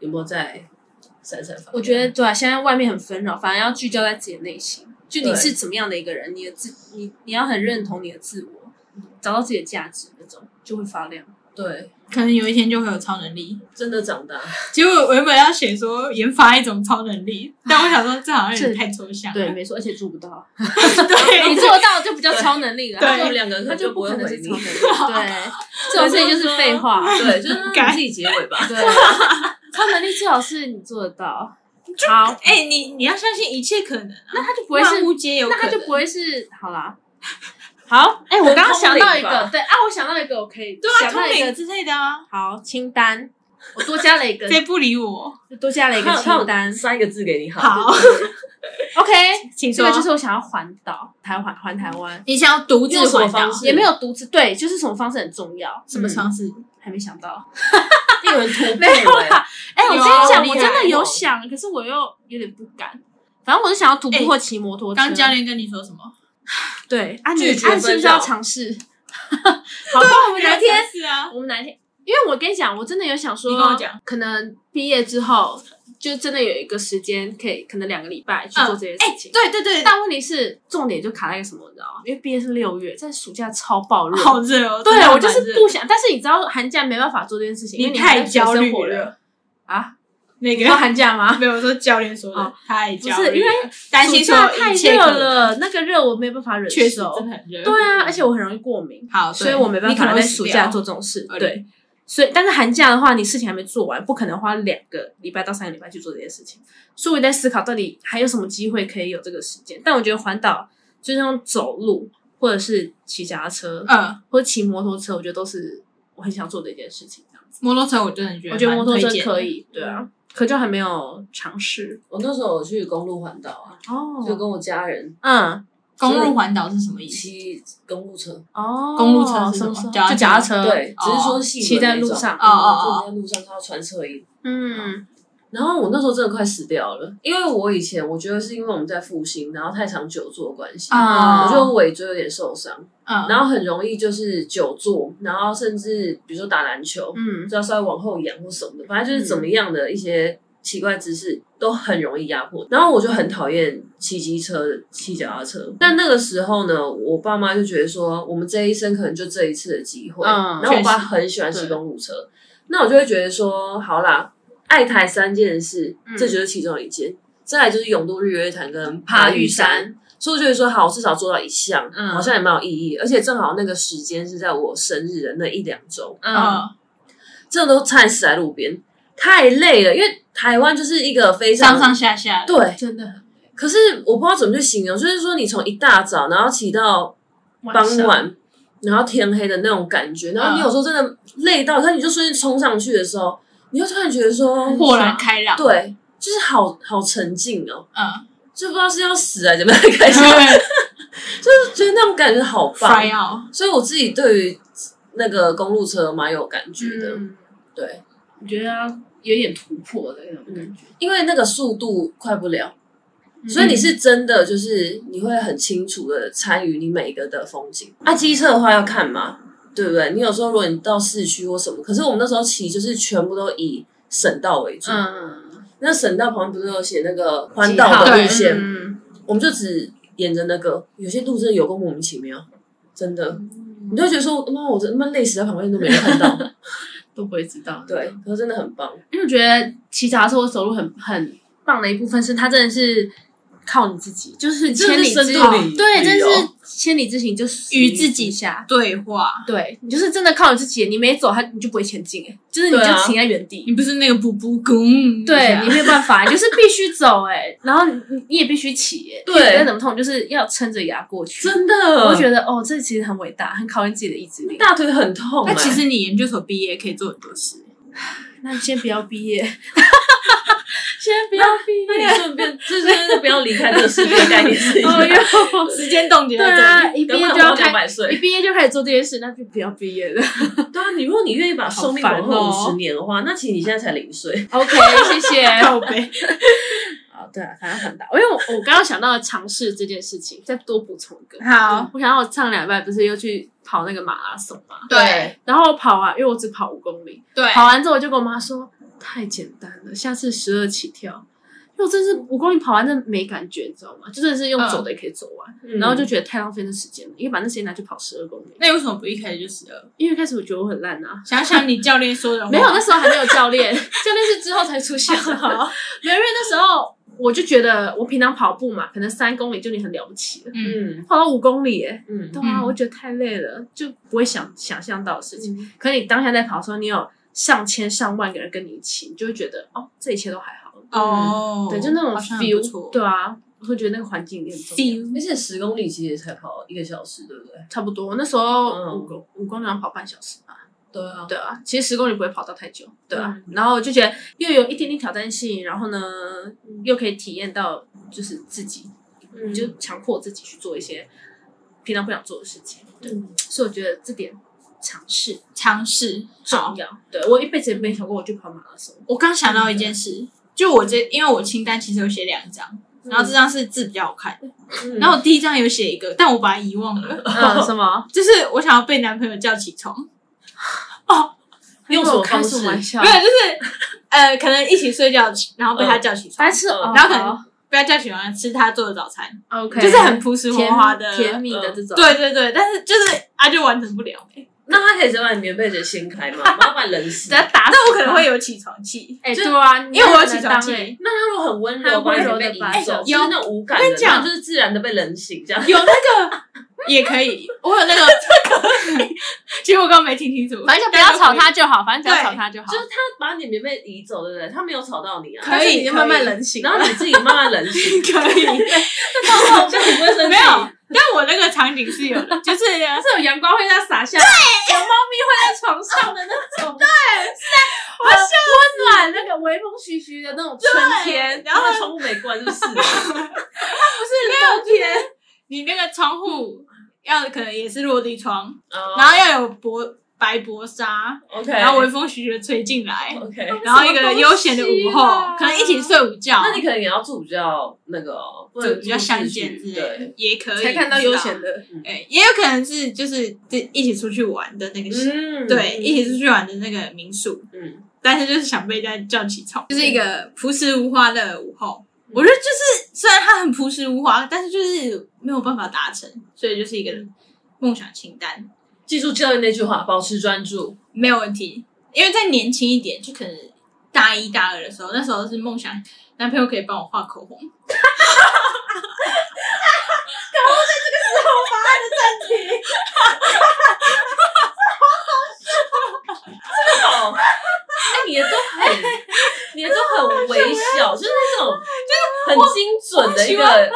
Speaker 2: 有没有在闪闪发光。
Speaker 3: 我觉得对啊，现在外面很纷扰，反而要聚焦在自己的内心，就你
Speaker 2: 对
Speaker 3: 是怎么样的一个人，你的自你你要很认同你的自我，找到自己的价值那种，就会发亮。
Speaker 2: 对，
Speaker 4: 可能有一天就会有超能力。
Speaker 2: 真的长大，
Speaker 4: 结果我原本要写说研发一种超能力，但我想说这好像有点太抽象了。
Speaker 3: 对，没错，而且做不到，
Speaker 4: (laughs)
Speaker 3: (laughs)
Speaker 4: 对
Speaker 3: 你做到就不叫超能力了，
Speaker 4: 对
Speaker 2: 我们
Speaker 3: 他就
Speaker 2: 两个
Speaker 3: 他
Speaker 2: 人就
Speaker 3: 就不
Speaker 2: 不会
Speaker 3: 可能
Speaker 2: 回
Speaker 3: 是
Speaker 2: 你
Speaker 3: 超能。力。对，这种事情就是废话。
Speaker 2: 对，就是你自己结尾吧。
Speaker 3: (laughs) 对，超能力最好是你做得到， (laughs) 好，
Speaker 4: 哎、你你要相信一切可能啊，
Speaker 3: 那他就不会是
Speaker 4: 万物皆有可
Speaker 3: 那
Speaker 4: 能。
Speaker 3: 他就不会是好啦。好，哎、我刚刚想到
Speaker 2: 通灵
Speaker 3: 一个
Speaker 2: 吧，
Speaker 3: 对啊，我想到一个，我可以
Speaker 4: 对啊，
Speaker 3: 想
Speaker 4: 通
Speaker 3: 到一
Speaker 4: 灵
Speaker 3: 个
Speaker 4: 之类的啊，
Speaker 3: 好清单，我多加了一个，
Speaker 4: 谁不理我？
Speaker 3: 多加了一个
Speaker 2: 他有他
Speaker 3: 清
Speaker 2: 有
Speaker 3: 单。
Speaker 2: 塞个字给你，好，
Speaker 4: 好，
Speaker 3: OK，
Speaker 4: (laughs) 请
Speaker 3: 这
Speaker 4: 说。
Speaker 3: 个就是我想要环岛，台环环台湾，
Speaker 4: 你想要独自
Speaker 2: 用什么
Speaker 4: 环岛
Speaker 2: 方，式
Speaker 3: 也没有独自对，就是什么方式很重要，
Speaker 4: 什么方式？
Speaker 3: 还没想到。
Speaker 2: 令人突破。
Speaker 3: 没有啦哎、我
Speaker 4: 有
Speaker 3: 跟
Speaker 4: 啊
Speaker 3: 你讲，
Speaker 4: 我
Speaker 3: 我
Speaker 4: 厉
Speaker 3: 真的
Speaker 4: 害
Speaker 3: 有
Speaker 2: 我
Speaker 3: 想，可是我又有点不敢。反正我是想要徒步
Speaker 4: 哎
Speaker 3: 或骑摩托车。
Speaker 4: 刚教练跟你说什么？
Speaker 3: 对，啊你
Speaker 2: 拒绝
Speaker 3: 啊你是不
Speaker 2: 分
Speaker 3: 是要
Speaker 2: 手
Speaker 3: 尝试？好，不然我们哪天
Speaker 4: 是啊，
Speaker 3: 我们哪一天？因为我跟你讲，我真的有想说，
Speaker 4: 你跟我讲，
Speaker 3: 可能毕业之后就真的有一个时间可以，可能两个礼拜去做这件
Speaker 4: 哎、
Speaker 3: 事情。
Speaker 4: 对对对，
Speaker 3: 但问题是，重点就卡在一个什么，你知道吗？因为毕业是六月，在暑假超爆热。
Speaker 4: 好热 (laughs) 哦。真
Speaker 3: 对，
Speaker 4: 的
Speaker 3: 我就是
Speaker 4: 蛮热
Speaker 3: 不想。但是你知道，寒假没办法做这件事情，因为
Speaker 4: 你太
Speaker 3: 还在学
Speaker 4: 焦
Speaker 3: 生
Speaker 4: 虑
Speaker 3: 火
Speaker 4: (laughs)
Speaker 3: 热
Speaker 4: 了。
Speaker 3: 啊！
Speaker 4: 那
Speaker 3: 你
Speaker 4: 个
Speaker 3: 说寒假吗？
Speaker 4: 没有我说教练说的
Speaker 3: 哦，
Speaker 4: 太焦
Speaker 3: 不
Speaker 4: 虑
Speaker 3: 是
Speaker 4: 了，
Speaker 3: 因为
Speaker 4: (laughs) 担心
Speaker 3: 暑
Speaker 4: 说
Speaker 3: 假太
Speaker 4: 一切可
Speaker 3: 热
Speaker 4: 能，
Speaker 3: 了，那个热我没办法忍
Speaker 4: 确实
Speaker 3: 受。
Speaker 4: 真的很热。嗯
Speaker 3: 对啊，而且我很容易过敏，
Speaker 4: 好，
Speaker 3: 所以我没办
Speaker 4: 哦你可
Speaker 3: 法
Speaker 4: 能
Speaker 3: 在
Speaker 4: 会
Speaker 3: 暑
Speaker 4: 死
Speaker 3: 假
Speaker 4: 掉
Speaker 3: 做这种事。
Speaker 4: 合理
Speaker 3: 对，所以但是寒假的话，你事情还没做完，不可能花两个礼拜到三个礼拜去做这些事情。所以我在思考，到底还有什么机会可以有这个时间？但我觉得环岛就是用走路，或者是骑脚踏车，
Speaker 4: 嗯，
Speaker 3: 或者骑摩托车，我觉得都是我很想做的一件事情。这样子，
Speaker 4: 摩托车我真的觉得
Speaker 3: 我觉得摩托车
Speaker 4: 蛮推荐的
Speaker 3: 可，以，对啊，可就还没有尝试
Speaker 2: 我那时候有去公路环岛啊，就
Speaker 3: 哦。
Speaker 2: 跟我家人
Speaker 3: 嗯，
Speaker 4: 公路环岛是什么意思？
Speaker 2: 骑公路车，
Speaker 3: 哦，
Speaker 4: 公路车是
Speaker 3: 什
Speaker 4: 什么
Speaker 3: 么时候？
Speaker 4: 脚踏
Speaker 3: 就脚踏车，
Speaker 2: 对，只是说细
Speaker 3: 嗯骑
Speaker 2: 轮
Speaker 3: 在
Speaker 2: 那
Speaker 3: 路
Speaker 2: 种
Speaker 3: 上
Speaker 2: 嗯
Speaker 4: 哦哦哦
Speaker 2: 就在路上他要穿车衣。
Speaker 3: 嗯，
Speaker 2: 然后我那时候真的快死掉了，因为我以前我觉得是因为我们在复兴，然后太常久坐的关系，
Speaker 4: 啊
Speaker 2: 我就尾椎有点受伤，
Speaker 4: 嗯，
Speaker 2: 然后很容易就是久坐，然后甚至比如说打篮球，
Speaker 3: 嗯嗯
Speaker 2: 就要稍微往后仰或什么的，反正就是怎么样的一些奇怪姿势都很容易压迫。然后我就很讨厌骑机车、骑脚踏车。但那个时候呢，我爸妈就觉得说，我们这一生可能就这一次的机会。
Speaker 3: 嗯
Speaker 2: 然后我爸
Speaker 4: 确实
Speaker 2: 很喜欢骑
Speaker 3: 对
Speaker 2: 公路车，那我就会觉得说，好啦，爱台三件事，
Speaker 3: 嗯
Speaker 2: 这就是其中一件。再来就是勇渡日月潭跟爬玉
Speaker 3: 爬玉
Speaker 2: 山，所以我就觉得说好，至少做到一项，
Speaker 3: 嗯
Speaker 2: 好像也蛮有意义。而且正好那个时间是在我生日的那一两周，
Speaker 3: 嗯，
Speaker 4: 嗯，
Speaker 2: 这都差点死在路边，太累了。因为台湾就是一个非常
Speaker 4: 上上下下的，
Speaker 2: 对，
Speaker 3: 真的很
Speaker 2: 可是我不知道怎么去形容，就是说你从一大早然后骑到傍
Speaker 3: 上
Speaker 2: 晚，然后天黑的那种感觉，然后你有时候真的累到，但你就瞬间冲上去的时候，你就突然觉得说，
Speaker 4: 豁然开朗，， (laughs)
Speaker 2: 对，就是好好沉静哦，
Speaker 4: 嗯，
Speaker 2: 就不知道是要死还是怎么样的
Speaker 4: (laughs)
Speaker 2: 感觉，就是觉得那种感觉好
Speaker 4: fry
Speaker 2: 棒。
Speaker 4: out，
Speaker 2: 所以我自己对于那个公路车蛮有感觉的，
Speaker 3: 嗯
Speaker 2: 对。
Speaker 3: 我觉得要有点突破的那种感觉，
Speaker 2: 因为那个速度快不了，所以你是真的就是你会很清楚的参与你每一个的风景。啊，机车的话要看嘛，对不对？你有时候如果你到市区或什么，可是我们那时候骑就是全部都以省道为主，
Speaker 3: 嗯
Speaker 2: 那省道旁边不是有写那个环岛
Speaker 4: 几号
Speaker 2: 的
Speaker 4: 对
Speaker 2: 路线，
Speaker 3: 嗯
Speaker 2: 我们就只沿着那个，有些路真的有够莫名其妙，真的。你就会觉得说，妈，我真他妈累死在旁边都没人 (laughs) 看到，
Speaker 3: 都不会知道。
Speaker 2: 对，，可是真的很棒，
Speaker 3: 因为我觉得骑脚踏车我走路很很棒的一部分是，它真的是靠你自己，就是千里
Speaker 2: 这是
Speaker 3: 之
Speaker 2: 深度旅
Speaker 3: 哦对，
Speaker 2: 旅
Speaker 3: 真
Speaker 2: 游
Speaker 3: 是千里之行就是
Speaker 4: 与自己
Speaker 3: 下。
Speaker 4: 对话，
Speaker 3: 对你就是真的靠你自己，你没走它你就不会前进，哎，就是你
Speaker 2: 对
Speaker 3: 就
Speaker 2: 啊
Speaker 3: 停在原地，
Speaker 4: 你不是那个布布公，
Speaker 3: 对你没有办法， (laughs) 你就是必须走哎、然后你你也必须起、哎
Speaker 2: 对
Speaker 3: 你再怎么痛，就是要撑着牙过去。
Speaker 2: 真的。
Speaker 3: 我
Speaker 2: 我
Speaker 3: 觉得哦，这其实很伟大，很考验自己的意志力。
Speaker 2: 大腿很痛、欸，
Speaker 4: 那其实你研究所毕业可以做很多事，
Speaker 3: (laughs) 那你先不要毕业，先不要毕
Speaker 2: 那
Speaker 3: 业。
Speaker 2: 你顺便就是不要离开这个世界的概念是一样
Speaker 3: 哦
Speaker 2: 的。
Speaker 3: (laughs) 哟，
Speaker 4: 时间冻结
Speaker 3: 对
Speaker 4: 在这
Speaker 3: 啊，
Speaker 4: 里。
Speaker 3: 一毕
Speaker 2: 等
Speaker 3: 业
Speaker 2: 我
Speaker 3: 就
Speaker 2: 活
Speaker 3: 要
Speaker 2: 到两
Speaker 3: 开，
Speaker 2: 百
Speaker 3: 一
Speaker 2: 岁，
Speaker 3: 毕业就开始做这些事，那就不要毕业了。
Speaker 2: 对啊，你如果你愿意把寿命往后
Speaker 3: 好
Speaker 2: 五
Speaker 3: 烦哦
Speaker 2: 十年的话，那其实你现在才零岁。
Speaker 3: (laughs) OK，谢 (laughs) 谢。
Speaker 4: 靠背，
Speaker 3: 好，对啊，反正很大。因为我我刚刚想到了尝试这件事情，再多补充一个。
Speaker 4: 好，
Speaker 3: 我想到我上两拜不是又去跑那个马拉松嘛，
Speaker 4: 对
Speaker 3: 然后跑啊，因为我只跑五公里，
Speaker 4: 对，
Speaker 3: 跑完之后我就跟我妈说，太简单了，下次十二起跳。因为我真是五公里跑完，真的没感觉，你知道吗？就真的是用走的也可以走完，
Speaker 2: 嗯
Speaker 3: 然后就觉得太浪费那时间了，因为把那时间拿去跑十二公里。
Speaker 4: 那为什么不一开始就十二？
Speaker 3: 因为一开始我觉得我很烂啊，
Speaker 4: 想想你教练说的话，
Speaker 3: 没有那时候还没有教
Speaker 4: (laughs)
Speaker 3: 练，教练是之后才出现的。
Speaker 4: 哦好，
Speaker 3: 没有，因为那时候我就觉得我平常跑步嘛，可能三公里就已经很了不起了，
Speaker 4: 嗯，
Speaker 2: 嗯
Speaker 3: 跑到五公里、耶，
Speaker 2: 嗯
Speaker 3: 对啊，
Speaker 4: 嗯
Speaker 3: 我觉得太累了，就不会想想象到的事情。可你当下在跑的时候，你有上千上万个人跟你一起，你就会觉得哦，这一切都还好。
Speaker 4: 哦，
Speaker 3: 对，就那种
Speaker 4: 好像很不
Speaker 3: feel，
Speaker 4: 错
Speaker 3: 对啊，我会觉得那个环境也很重要。
Speaker 4: feel，
Speaker 2: 而且十公里其实也才跑一个小时，对不对？
Speaker 3: 差不多，那时候
Speaker 2: 嗯
Speaker 3: 五公五公里好像跑半小时吧。
Speaker 2: 对啊，
Speaker 3: 对啊，其实十公里不会跑到太久，对啊。
Speaker 4: 嗯
Speaker 3: 然后我就觉得又有一点点挑战性，然后呢又可以体验到就是自己，
Speaker 2: 嗯
Speaker 3: 你就强迫自己去做一些平常不想做的事情。对，所以我觉得这点尝试
Speaker 4: 尝试。
Speaker 3: 重要。对我一辈子也没想过我去跑马
Speaker 4: (laughs)
Speaker 3: 拉松。
Speaker 4: 我刚想到一件事，就我这，因为我清单其实有写两张，然后这张是字比较好看的，
Speaker 2: 嗯
Speaker 4: 然后我第一张有写一个，但我把它遗忘了，
Speaker 3: 嗯，什么？
Speaker 4: 就是我想要被男朋友叫起床， (laughs)
Speaker 2: 用什么方
Speaker 3: 开什
Speaker 2: 式
Speaker 3: 么？玩笑
Speaker 4: 没？有，就是呃，可能一起睡觉，然后被他叫起床
Speaker 3: 白，痴哦，
Speaker 4: 然后可能不要叫起床，吃他做的早餐，
Speaker 3: OK，
Speaker 4: 就是很朴实无
Speaker 3: 甜
Speaker 4: 华的，
Speaker 3: 甜蜜的这种。
Speaker 4: 啊对对对，但是就是啊，就完成不了欸
Speaker 2: 那他可以直接把你棉被直接掀开吗？我要把你冷死
Speaker 3: 只。要打
Speaker 4: 啊
Speaker 3: 死
Speaker 4: 那我可能
Speaker 3: 他
Speaker 4: 会。有起床气，
Speaker 3: 哎，
Speaker 2: 就
Speaker 3: 对啊，因
Speaker 4: 因为我有起床
Speaker 3: 欸
Speaker 4: 气。
Speaker 2: 那他如果很温
Speaker 3: 他
Speaker 2: 柔，把
Speaker 3: 温
Speaker 2: 你
Speaker 3: 柔
Speaker 2: 棉
Speaker 3: 地
Speaker 2: 被
Speaker 3: 把
Speaker 2: 移走，
Speaker 3: 哎
Speaker 2: 就是那种无感
Speaker 4: 我
Speaker 2: 的，
Speaker 4: 跟你讲
Speaker 2: 那就是自然的被冷醒这样。
Speaker 4: 有那个也可以，我有那个这可以。其实我刚刚没听清楚，
Speaker 3: (laughs) 反正就不
Speaker 4: (laughs)
Speaker 3: 要吵他就好，反正不要吵他就好
Speaker 2: 就。是他把你棉被移走，对不对？他没有吵到你啊，
Speaker 4: 可以
Speaker 3: 但是你就慢慢冷醒。
Speaker 2: 然后你自己慢慢冷醒，
Speaker 4: (laughs) 可以，
Speaker 2: 这样你不会生气。
Speaker 4: 没有。但我那个场景是有
Speaker 3: (laughs)
Speaker 4: 的，就是
Speaker 3: 它是有阳光会在洒下，对，有猫咪会在床上的那种，对，
Speaker 4: 我笑
Speaker 3: 温暖那个微风徐徐的那种春天，
Speaker 4: 然后
Speaker 2: 那窗户没关就是
Speaker 4: (laughs)
Speaker 2: 了。
Speaker 3: 不是六天，
Speaker 4: 你那个窗户要可能也是落地窗，
Speaker 3: 哦
Speaker 4: 然
Speaker 2: 然
Speaker 4: 后要有薄白薄纱，
Speaker 2: 哦 OK，
Speaker 4: 然后微风徐徐的吹进来，
Speaker 2: OK，
Speaker 4: 然后一个悠闲的午
Speaker 3: 哦什么东西
Speaker 4: 后
Speaker 3: 啊，
Speaker 4: 可能一起睡午觉，
Speaker 2: 那你可能也要住比较那个哦，不
Speaker 4: 就
Speaker 2: 能
Speaker 4: 比较
Speaker 2: 住
Speaker 4: 相
Speaker 2: 市
Speaker 4: 见
Speaker 2: 区
Speaker 4: 之类的
Speaker 2: 对，
Speaker 4: 也可以
Speaker 3: 才看到悠闲。的，
Speaker 4: 哎，也有可能是就是自一起出去玩的那个时，
Speaker 2: 嗯
Speaker 4: 对，一起出去玩的那个民宿，
Speaker 2: 嗯，
Speaker 4: 但是就是想被大家叫起床，就是一个朴实无华的午后。我觉得就是虽然它很朴实无华，但是就是没有办法达成，所以就是一个梦想清单，
Speaker 2: 记住教练那句话，保持专注。
Speaker 4: 没有问题。因为再年轻一点，就可能大一大二的时候，那时候是梦想男朋友可以帮我画口红，
Speaker 2: 哦，哎，你的都很，你的都很微小，就是那种就是很精准的一
Speaker 4: 我我喜
Speaker 2: 个，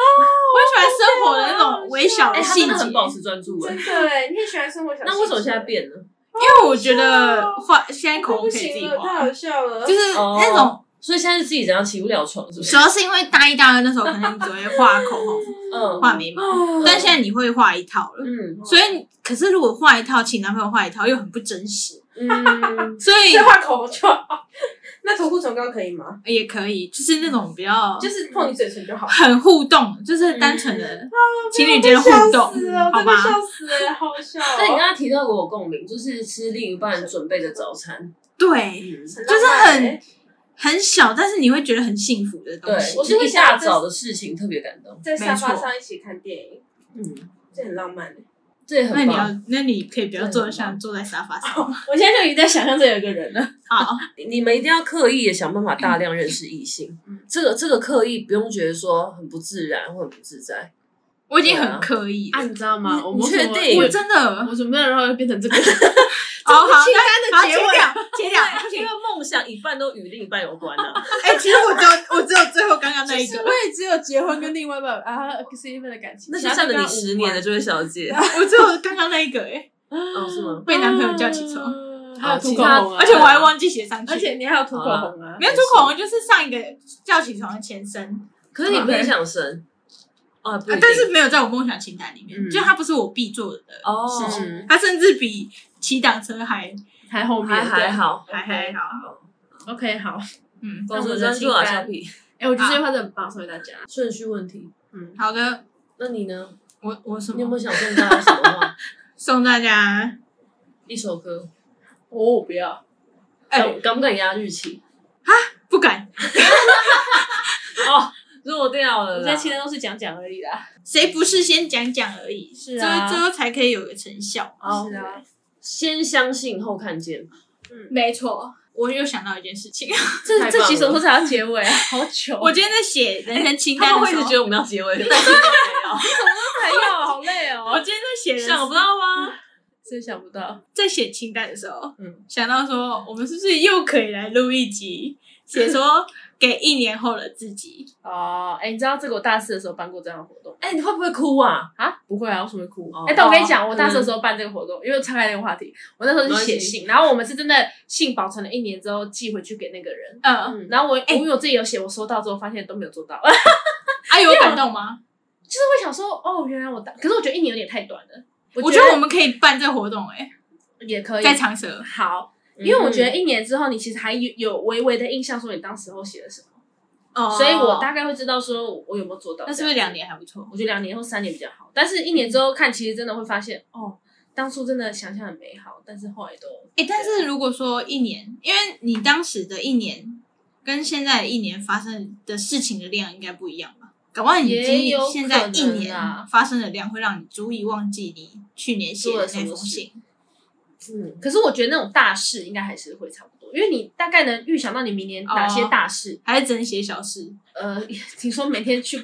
Speaker 4: 我很喜欢生活的那种微小
Speaker 2: 哎，他
Speaker 4: 细
Speaker 2: 真
Speaker 4: 节
Speaker 2: 的，很保持专注哎。
Speaker 3: 的哎，你也喜欢生活小
Speaker 2: 那为什么现在变了？
Speaker 4: 因为我觉得画现在口红可以自己画，
Speaker 3: 笑了
Speaker 4: 就是那种
Speaker 2: 所以现在是自己怎样起不了床，是不
Speaker 4: 主
Speaker 2: 是？
Speaker 4: 要是因为大一、大二那时候，可能你只会画口红、
Speaker 2: 嗯
Speaker 4: 画眉毛，
Speaker 3: (laughs) 哦
Speaker 4: 但现在你会画一套了。
Speaker 2: 嗯
Speaker 4: 所以，可是如果画一套，请男朋友画一套又很不真实， (laughs)
Speaker 2: 嗯，
Speaker 4: 所以
Speaker 3: 画口红就好。那涂护唇膏可以吗？
Speaker 4: 也可以，就是那种比较
Speaker 3: 就是碰你嘴唇就好。
Speaker 4: 很互动，就是单纯的情侣间的互
Speaker 3: 哦
Speaker 4: 动，好吧？
Speaker 3: 死了，好笑哦。
Speaker 2: 所以你刚刚提到过我共鸣，就是吃另一半准备的早餐。
Speaker 4: 对，
Speaker 2: 嗯，
Speaker 4: 就是
Speaker 3: 欸
Speaker 4: 很很小，但是你会觉得很幸福的
Speaker 2: 对
Speaker 4: 东，西
Speaker 2: 我。是一大早的事情特别感动。
Speaker 3: 在沙发
Speaker 4: 没错
Speaker 3: 上一起看电影，
Speaker 2: 嗯，
Speaker 3: 这很浪漫。
Speaker 2: 这也
Speaker 4: 那
Speaker 2: 很
Speaker 4: 你
Speaker 2: 棒
Speaker 4: 要。，那你可以不要坐像坐在沙发上。
Speaker 3: 我现在就已经在想象这有一个人了。
Speaker 4: 好，
Speaker 2: 你们一定要刻意的想办法大量认识异性，这个这个刻意不用觉得说很不自然或很不自在。
Speaker 4: 我已经很刻意了
Speaker 3: 啊，你知道吗？我们
Speaker 2: 你确
Speaker 3: 为什么
Speaker 2: 定
Speaker 4: 我
Speaker 3: 我
Speaker 4: 真的
Speaker 3: 我准备了，然后又变成这 (laughs) 个。
Speaker 4: 哦，好，那好，
Speaker 3: 结
Speaker 4: 切
Speaker 3: 尾
Speaker 4: 掉，切掉，不行
Speaker 2: 因为啊梦想一半都与另一半有关啊。
Speaker 4: (laughs) 哎、其实我只有我只有最后刚刚那一
Speaker 3: 其实
Speaker 4: 个
Speaker 3: 我，也只有结婚跟另外一半啊，是因为的感
Speaker 2: (laughs)
Speaker 3: 情，
Speaker 2: 那
Speaker 3: 其
Speaker 2: 些
Speaker 3: 他
Speaker 2: 占
Speaker 3: 都
Speaker 2: 了
Speaker 3: 跟
Speaker 2: 你
Speaker 3: 他无
Speaker 2: 十年的
Speaker 3: 关
Speaker 2: 这位小 (laughs) 姐，
Speaker 4: 我只有刚刚那一个、哎，
Speaker 2: 哦，是吗？
Speaker 4: 被男朋友叫起床，
Speaker 3: 嗯还有
Speaker 2: 哦
Speaker 3: 涂
Speaker 2: 其
Speaker 3: 口
Speaker 2: 他
Speaker 3: 红啊，
Speaker 4: 而且我还忘记写上去，
Speaker 3: 而且你还有涂口红啊
Speaker 4: 没。有涂口红就是上一个叫起床的前身，
Speaker 2: 可是你不是想生啊？不一定
Speaker 4: 但是没有在我梦想清单里面，
Speaker 2: 嗯
Speaker 4: 就它不是我必做的，
Speaker 2: 哦，
Speaker 3: 是是
Speaker 4: 它甚至比骑挡车还
Speaker 3: 嗯还后面
Speaker 2: 还还好，
Speaker 4: 还还好，
Speaker 3: 对，OK 好，
Speaker 4: 嗯，
Speaker 2: 保持专注啊，
Speaker 3: 那我们的清单
Speaker 2: 小皮。
Speaker 3: 哎，我觉得这句话真的很棒，送给大家。
Speaker 2: 顺序问题，
Speaker 4: 好的，
Speaker 2: 那你呢？
Speaker 4: 我我什
Speaker 2: 你有没
Speaker 4: 么
Speaker 2: 有想送大家什么话？
Speaker 4: 送大家，
Speaker 2: 一首歌，
Speaker 3: 哦，不要，
Speaker 4: 哎、
Speaker 2: 敢敢不敢压日期？
Speaker 4: 不敢，
Speaker 2: 哦，弱掉了
Speaker 3: 我
Speaker 2: 啦。
Speaker 3: 在其他都是讲讲而已啦。
Speaker 4: 谁不是先讲讲而已，
Speaker 3: 是啊
Speaker 4: 最后最后才可以有个成效，
Speaker 3: 哦，是啊，
Speaker 2: 先相信后看见，
Speaker 4: 没错。我又想到一件事情， (laughs)
Speaker 3: 这
Speaker 2: 太
Speaker 3: 这
Speaker 2: 棒
Speaker 3: 集
Speaker 2: 了
Speaker 3: 什么时候才要结尾啊？好糗，
Speaker 4: 我今天在写人生清
Speaker 2: 他
Speaker 4: 单的
Speaker 2: 们会一
Speaker 4: 时
Speaker 2: 直
Speaker 4: 候
Speaker 2: 觉，得我们要结尾，但是没
Speaker 3: 还要好累
Speaker 4: 我
Speaker 3: 哦，
Speaker 4: 今天在写
Speaker 2: 有，
Speaker 4: 人
Speaker 2: 想不到
Speaker 3: (laughs)
Speaker 2: 吗？
Speaker 3: 真想不到。
Speaker 4: 在写清单的时候，
Speaker 2: 嗯
Speaker 4: 想到说我们是不是又可以来录一集，写说给一年后的自己。
Speaker 3: 哦，哎，你知道这个我大四的时候办过这样的活动
Speaker 2: 哎，你会不会哭啊？
Speaker 3: 啊？不会啊，为什么会哭
Speaker 2: 哦？
Speaker 3: 哎，但我跟你
Speaker 2: 哦
Speaker 3: 讲，我大四的时候办这个活动，因为岔开那个话题，我那时候
Speaker 2: 没
Speaker 3: 是
Speaker 2: 关系
Speaker 3: 写信，然后我们是真的信保存了一年之后寄回去给那个人。
Speaker 4: 嗯，
Speaker 2: 嗯，
Speaker 3: 然后我、哎我有自己有写，我收到之后发现都没有做到， (laughs)
Speaker 4: 啊，有感动吗？
Speaker 3: 就是会想说，哦，原来我当，可是我觉得一年有点太短了，
Speaker 4: 我觉得我们可以办这活动、欸，
Speaker 3: 也可以
Speaker 4: 在嗯长蛇。
Speaker 3: 好，因
Speaker 2: 嗯
Speaker 3: 为我觉得一年之后，你其实还有有微微的印象，说你当时候写了什么，
Speaker 4: 哦
Speaker 3: 所以我大概会知道说我有没有做到。
Speaker 4: 那是不是两？年还不错？
Speaker 3: 我觉得两年或三年比较好，但是一年之后看，其实真的会发现，哦，当初真的想象很美好，但是后来都
Speaker 4: 哎、但是如果说一年，因为你当时的一年跟现在的一年发生的事情的量应该不一样吧？搞不好你
Speaker 3: 也
Speaker 4: 今年
Speaker 3: 有
Speaker 4: 现在
Speaker 3: 可
Speaker 4: 一
Speaker 3: 能
Speaker 4: 年
Speaker 3: 啊
Speaker 4: 发生的量，会让你足以忘记你去年写
Speaker 2: 做
Speaker 4: 的
Speaker 2: 了什
Speaker 4: 那
Speaker 2: 么
Speaker 4: 封
Speaker 2: 事
Speaker 4: 信。
Speaker 2: 嗯，
Speaker 3: 可是我觉得那种大事应该还是会差不多，因为你大概能预想到你明年哪
Speaker 4: 哦
Speaker 3: 些大事。
Speaker 4: 还是只能写小事，
Speaker 3: 呃，听说每天去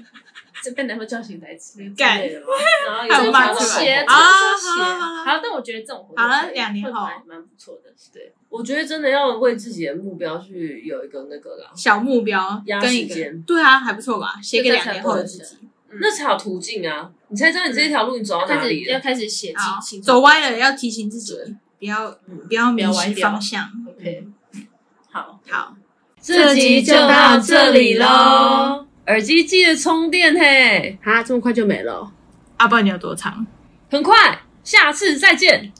Speaker 3: 就被男朋友叫醒来吃，
Speaker 4: 干
Speaker 2: 对了，然后
Speaker 4: 还
Speaker 2: 有
Speaker 4: 有
Speaker 3: 骂
Speaker 2: 双
Speaker 3: 出
Speaker 2: 鞋
Speaker 3: 来
Speaker 4: 啊！
Speaker 3: 写。
Speaker 4: 好啦好啦好啦
Speaker 3: 好，但我觉得这种活动
Speaker 4: 好了
Speaker 3: 会
Speaker 4: 两年后
Speaker 3: 会蛮蛮不错的，对。
Speaker 2: 我觉得真的要为自己的目标去有一个那个啦，
Speaker 4: 小目标
Speaker 2: 压
Speaker 4: 跟
Speaker 2: 时
Speaker 4: 一个，
Speaker 2: 间，
Speaker 4: 对啊，还不错吧？写给
Speaker 3: 就
Speaker 4: 两
Speaker 3: 在
Speaker 4: 年后的
Speaker 2: 成
Speaker 4: 自己，
Speaker 2: 那才有途径啊，你才知道你这一条路你走到
Speaker 3: 开
Speaker 2: 哪
Speaker 3: 始
Speaker 2: 里
Speaker 3: 要
Speaker 2: 了。
Speaker 3: 开始写
Speaker 4: 好
Speaker 3: 清
Speaker 4: 啊走歪了要提醒自己，不要
Speaker 2: 嗯
Speaker 4: 不要迷
Speaker 3: 要歪
Speaker 4: 失
Speaker 3: 掉
Speaker 4: 方向。
Speaker 3: OK，好，
Speaker 4: 好，
Speaker 2: 这集就到这里喽，耳机记得充电嘿，
Speaker 3: 啊，这么快就没了哦。
Speaker 4: 阿爸你有多长？
Speaker 2: 很快，下次再见，